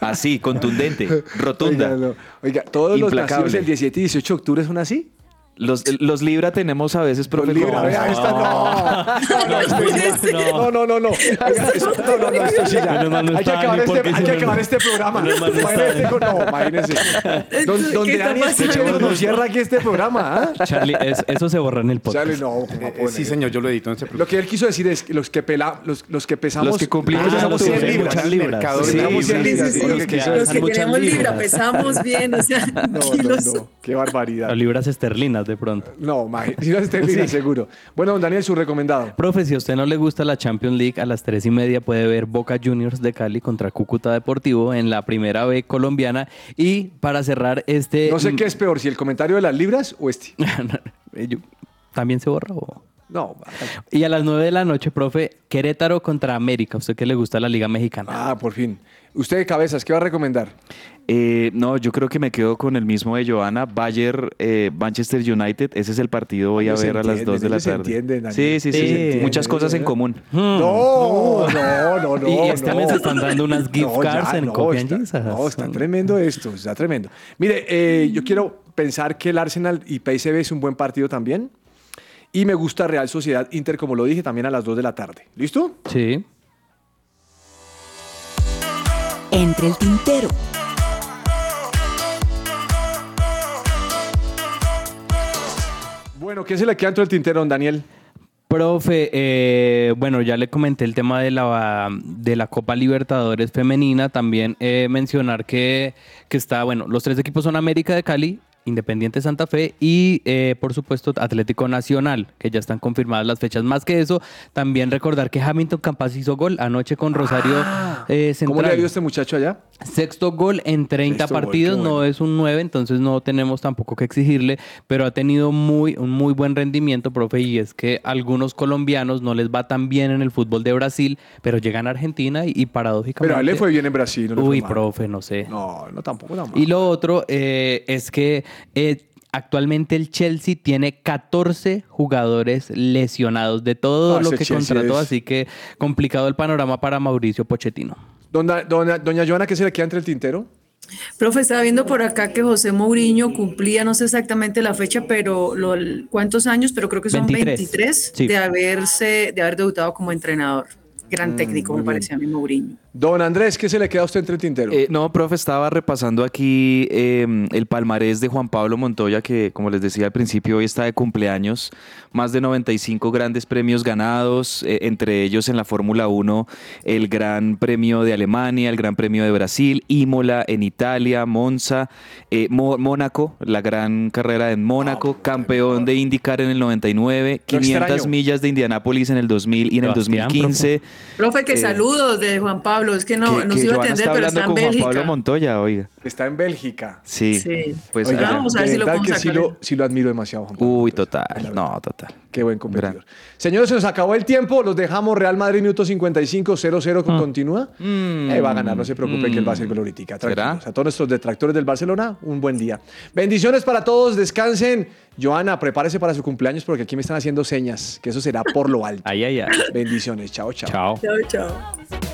Así, contundente,
Oiga,
rotunda.
no. Oiga, todos los
Implacable.
nacidos el 17 y 18 de octubre son así.
Los, los Libra tenemos a veces, profe.
Libra,
como-
vea, esta no. No, no,
este
No, no, no, no. Oiga, eso- No, no, no, esto sí ya.
Menos mal no
Hay que
está
acabar
Dani,
este,
porque
hay
si
que
no,
acabar
no.
este programa.
Menos mal no está
Imagínese,
Dani.
no, imagínese. Don-
¿Qué
Donde
está
Dani escucha
pasando?
uno no cierra aquí este programa, ¿ah?
Charlie, es- eso se borra en el podcast.
Chale, no, ¿cómo va a
Eh,
poner?
sí, señor, yo lo edito. este No se preocupe.
Lo que él quiso decir es que los que pela, los, los que pesamos.
Los que cumplimos
Ah,
en
los que
octubre,
pesamos
muchas
libras. Los
libras.
que
Sí,
pesamos cien
sí,
libras,
sí,
es lo
sí.
que quiso
Los que
decir.
tenemos libra,
libras.
pesamos bien, o sea,
No, no,
kilos.
no. Qué barbaridad.
O libras esterlinas de pronto.
No, imagínate, si no es terrible, seguro. Bueno, don Daniel, su recomendado.
Profe, si a usted no le gusta la Champions League, a las 3 y media puede ver Boca Juniors de Cali contra Cúcuta Deportivo en la primera B colombiana. Y para cerrar
Eh,
este...
No
mm.
sé qué es peor, si el comentario de las libras o este.
Yo- ¿También se borra o...?
No.
Y a las 9 de la noche, profe, Querétaro contra América. ¿A usted que le gusta la Liga Mexicana?
Ah, por fin. Usted de cabezas, ¿qué va a recomendar?
Eh, no, yo creo que me quedo con el mismo de Joana, Bayern, eh, Manchester United. Ese es el partido voy a
Ellos se
ver a las
entienden,
2 de la
ellos se
tarde.
entienden, Daniel.
sí, sí,
Sí,
sí, sí.
entienden,
Muchas cosas en
¿eh?
común.
No, no, no, no.
Mm. Y este
no.
mes están dando unas gift
No, ya,
cards en
no,
Coffee and
está,
Jesus.
No, está tremendo esto, está tremendo. Mire, eh, yo quiero pensar que el Arsenal y PSV es un buen partido también. Y me gusta Real Sociedad Inter, como lo dije, también a las 2 de la tarde. ¿Listo?
Sí.
Entre el tintero.
Bueno, ¿qué se le queda dentro del tintero, don Daniel?
Profe, eh, bueno, ya le comenté el tema de la, de la Copa Libertadores femenina. También eh, mencionar que, que está, bueno, los tres equipos son América de Cali, Independiente Santa Fe y, eh, por supuesto, Atlético Nacional, que ya están confirmadas las fechas. Más que eso, también recordar que Hamilton Campas hizo gol anoche con Rosario eh, Central.
¿Cómo le ha ido este muchacho allá?
Sexto gol en 30
Sexto gol,
partidos,
qué bueno.
no es un 9, entonces no tenemos tampoco que exigirle, pero ha tenido muy, un muy buen rendimiento, profe, y es que a algunos colombianos no les va tan bien en el fútbol de Brasil, pero llegan a Argentina y, y paradójicamente...
Pero a él le fue bien en Brasil. no le fue
Uy,
mal.
profe, no sé.
No, no tampoco, tampoco.
Y lo otro eh, es que eh, actualmente el Chelsea tiene 14 jugadores lesionados de
No,
todo lo
Ah, ese
que
Chelsea
contrató,
es-
así que complicado el panorama para Mauricio Pochettino.
Dona- dona- doña Joana, ¿qué se le queda entre el tintero?
Profe, estaba viendo por acá que José Mourinho cumplía, no sé exactamente la fecha, pero lo- cuántos años, pero creo que son
23.
23,
Sí.
de haberse, de haber debutado como entrenador. Gran técnico, me parece a mí Mourinho.
Don Andrés, ¿qué se le queda a usted entre el tintero?
Eh, no, profe, estaba repasando aquí eh, el palmarés de Juan Pablo Montoya, que como les decía al principio, hoy está de cumpleaños. Más de 95 grandes premios ganados, eh, entre ellos en la Fórmula 1, el Gran Premio de Alemania, el Gran Premio de Brasil, Imola en Italia, Monza, eh, Mo- Mónaco, la gran carrera en Mónaco, campeón de IndyCar en el 99,
Ah, Lo
500
extraño.
millas de Indianápolis en el 2000 y en el
Sebastián,
2015.
Profe, que
Eh,
saludos de Juan Pablo. Es que no
que-
nos
que
iba a
Joana
atender,
está
pero
hablando
está en
con Juan Pablo
Bélgica.
Montoya, oiga.
Está en Bélgica.
Sí.
Sí.
Pues
Oiga,
allá.
vamos a ver
de
si lo
verdad
podemos
que sí
sacar.
lo, sí lo admiro demasiado, Juan Pablo.
Uy,
Entonces,
total. No, total.
Qué buen competidor. Señores, se nos acabó el tiempo. Los dejamos Real Madrid, minuto 55, 0-0 con continúa. Eh, va a ganar, no se preocupe que él va
Mm.
a ser gol ahorita. Tranquilos. A todos nuestros detractores del Barcelona, un buen día. Bendiciones para todos, descansen. Joana, prepárese para su cumpleaños porque aquí me están haciendo señas, que eso será por lo alto.
Ay, ay, ay.
Bendiciones, chao.
Chao.
Chao, chao.
always a way.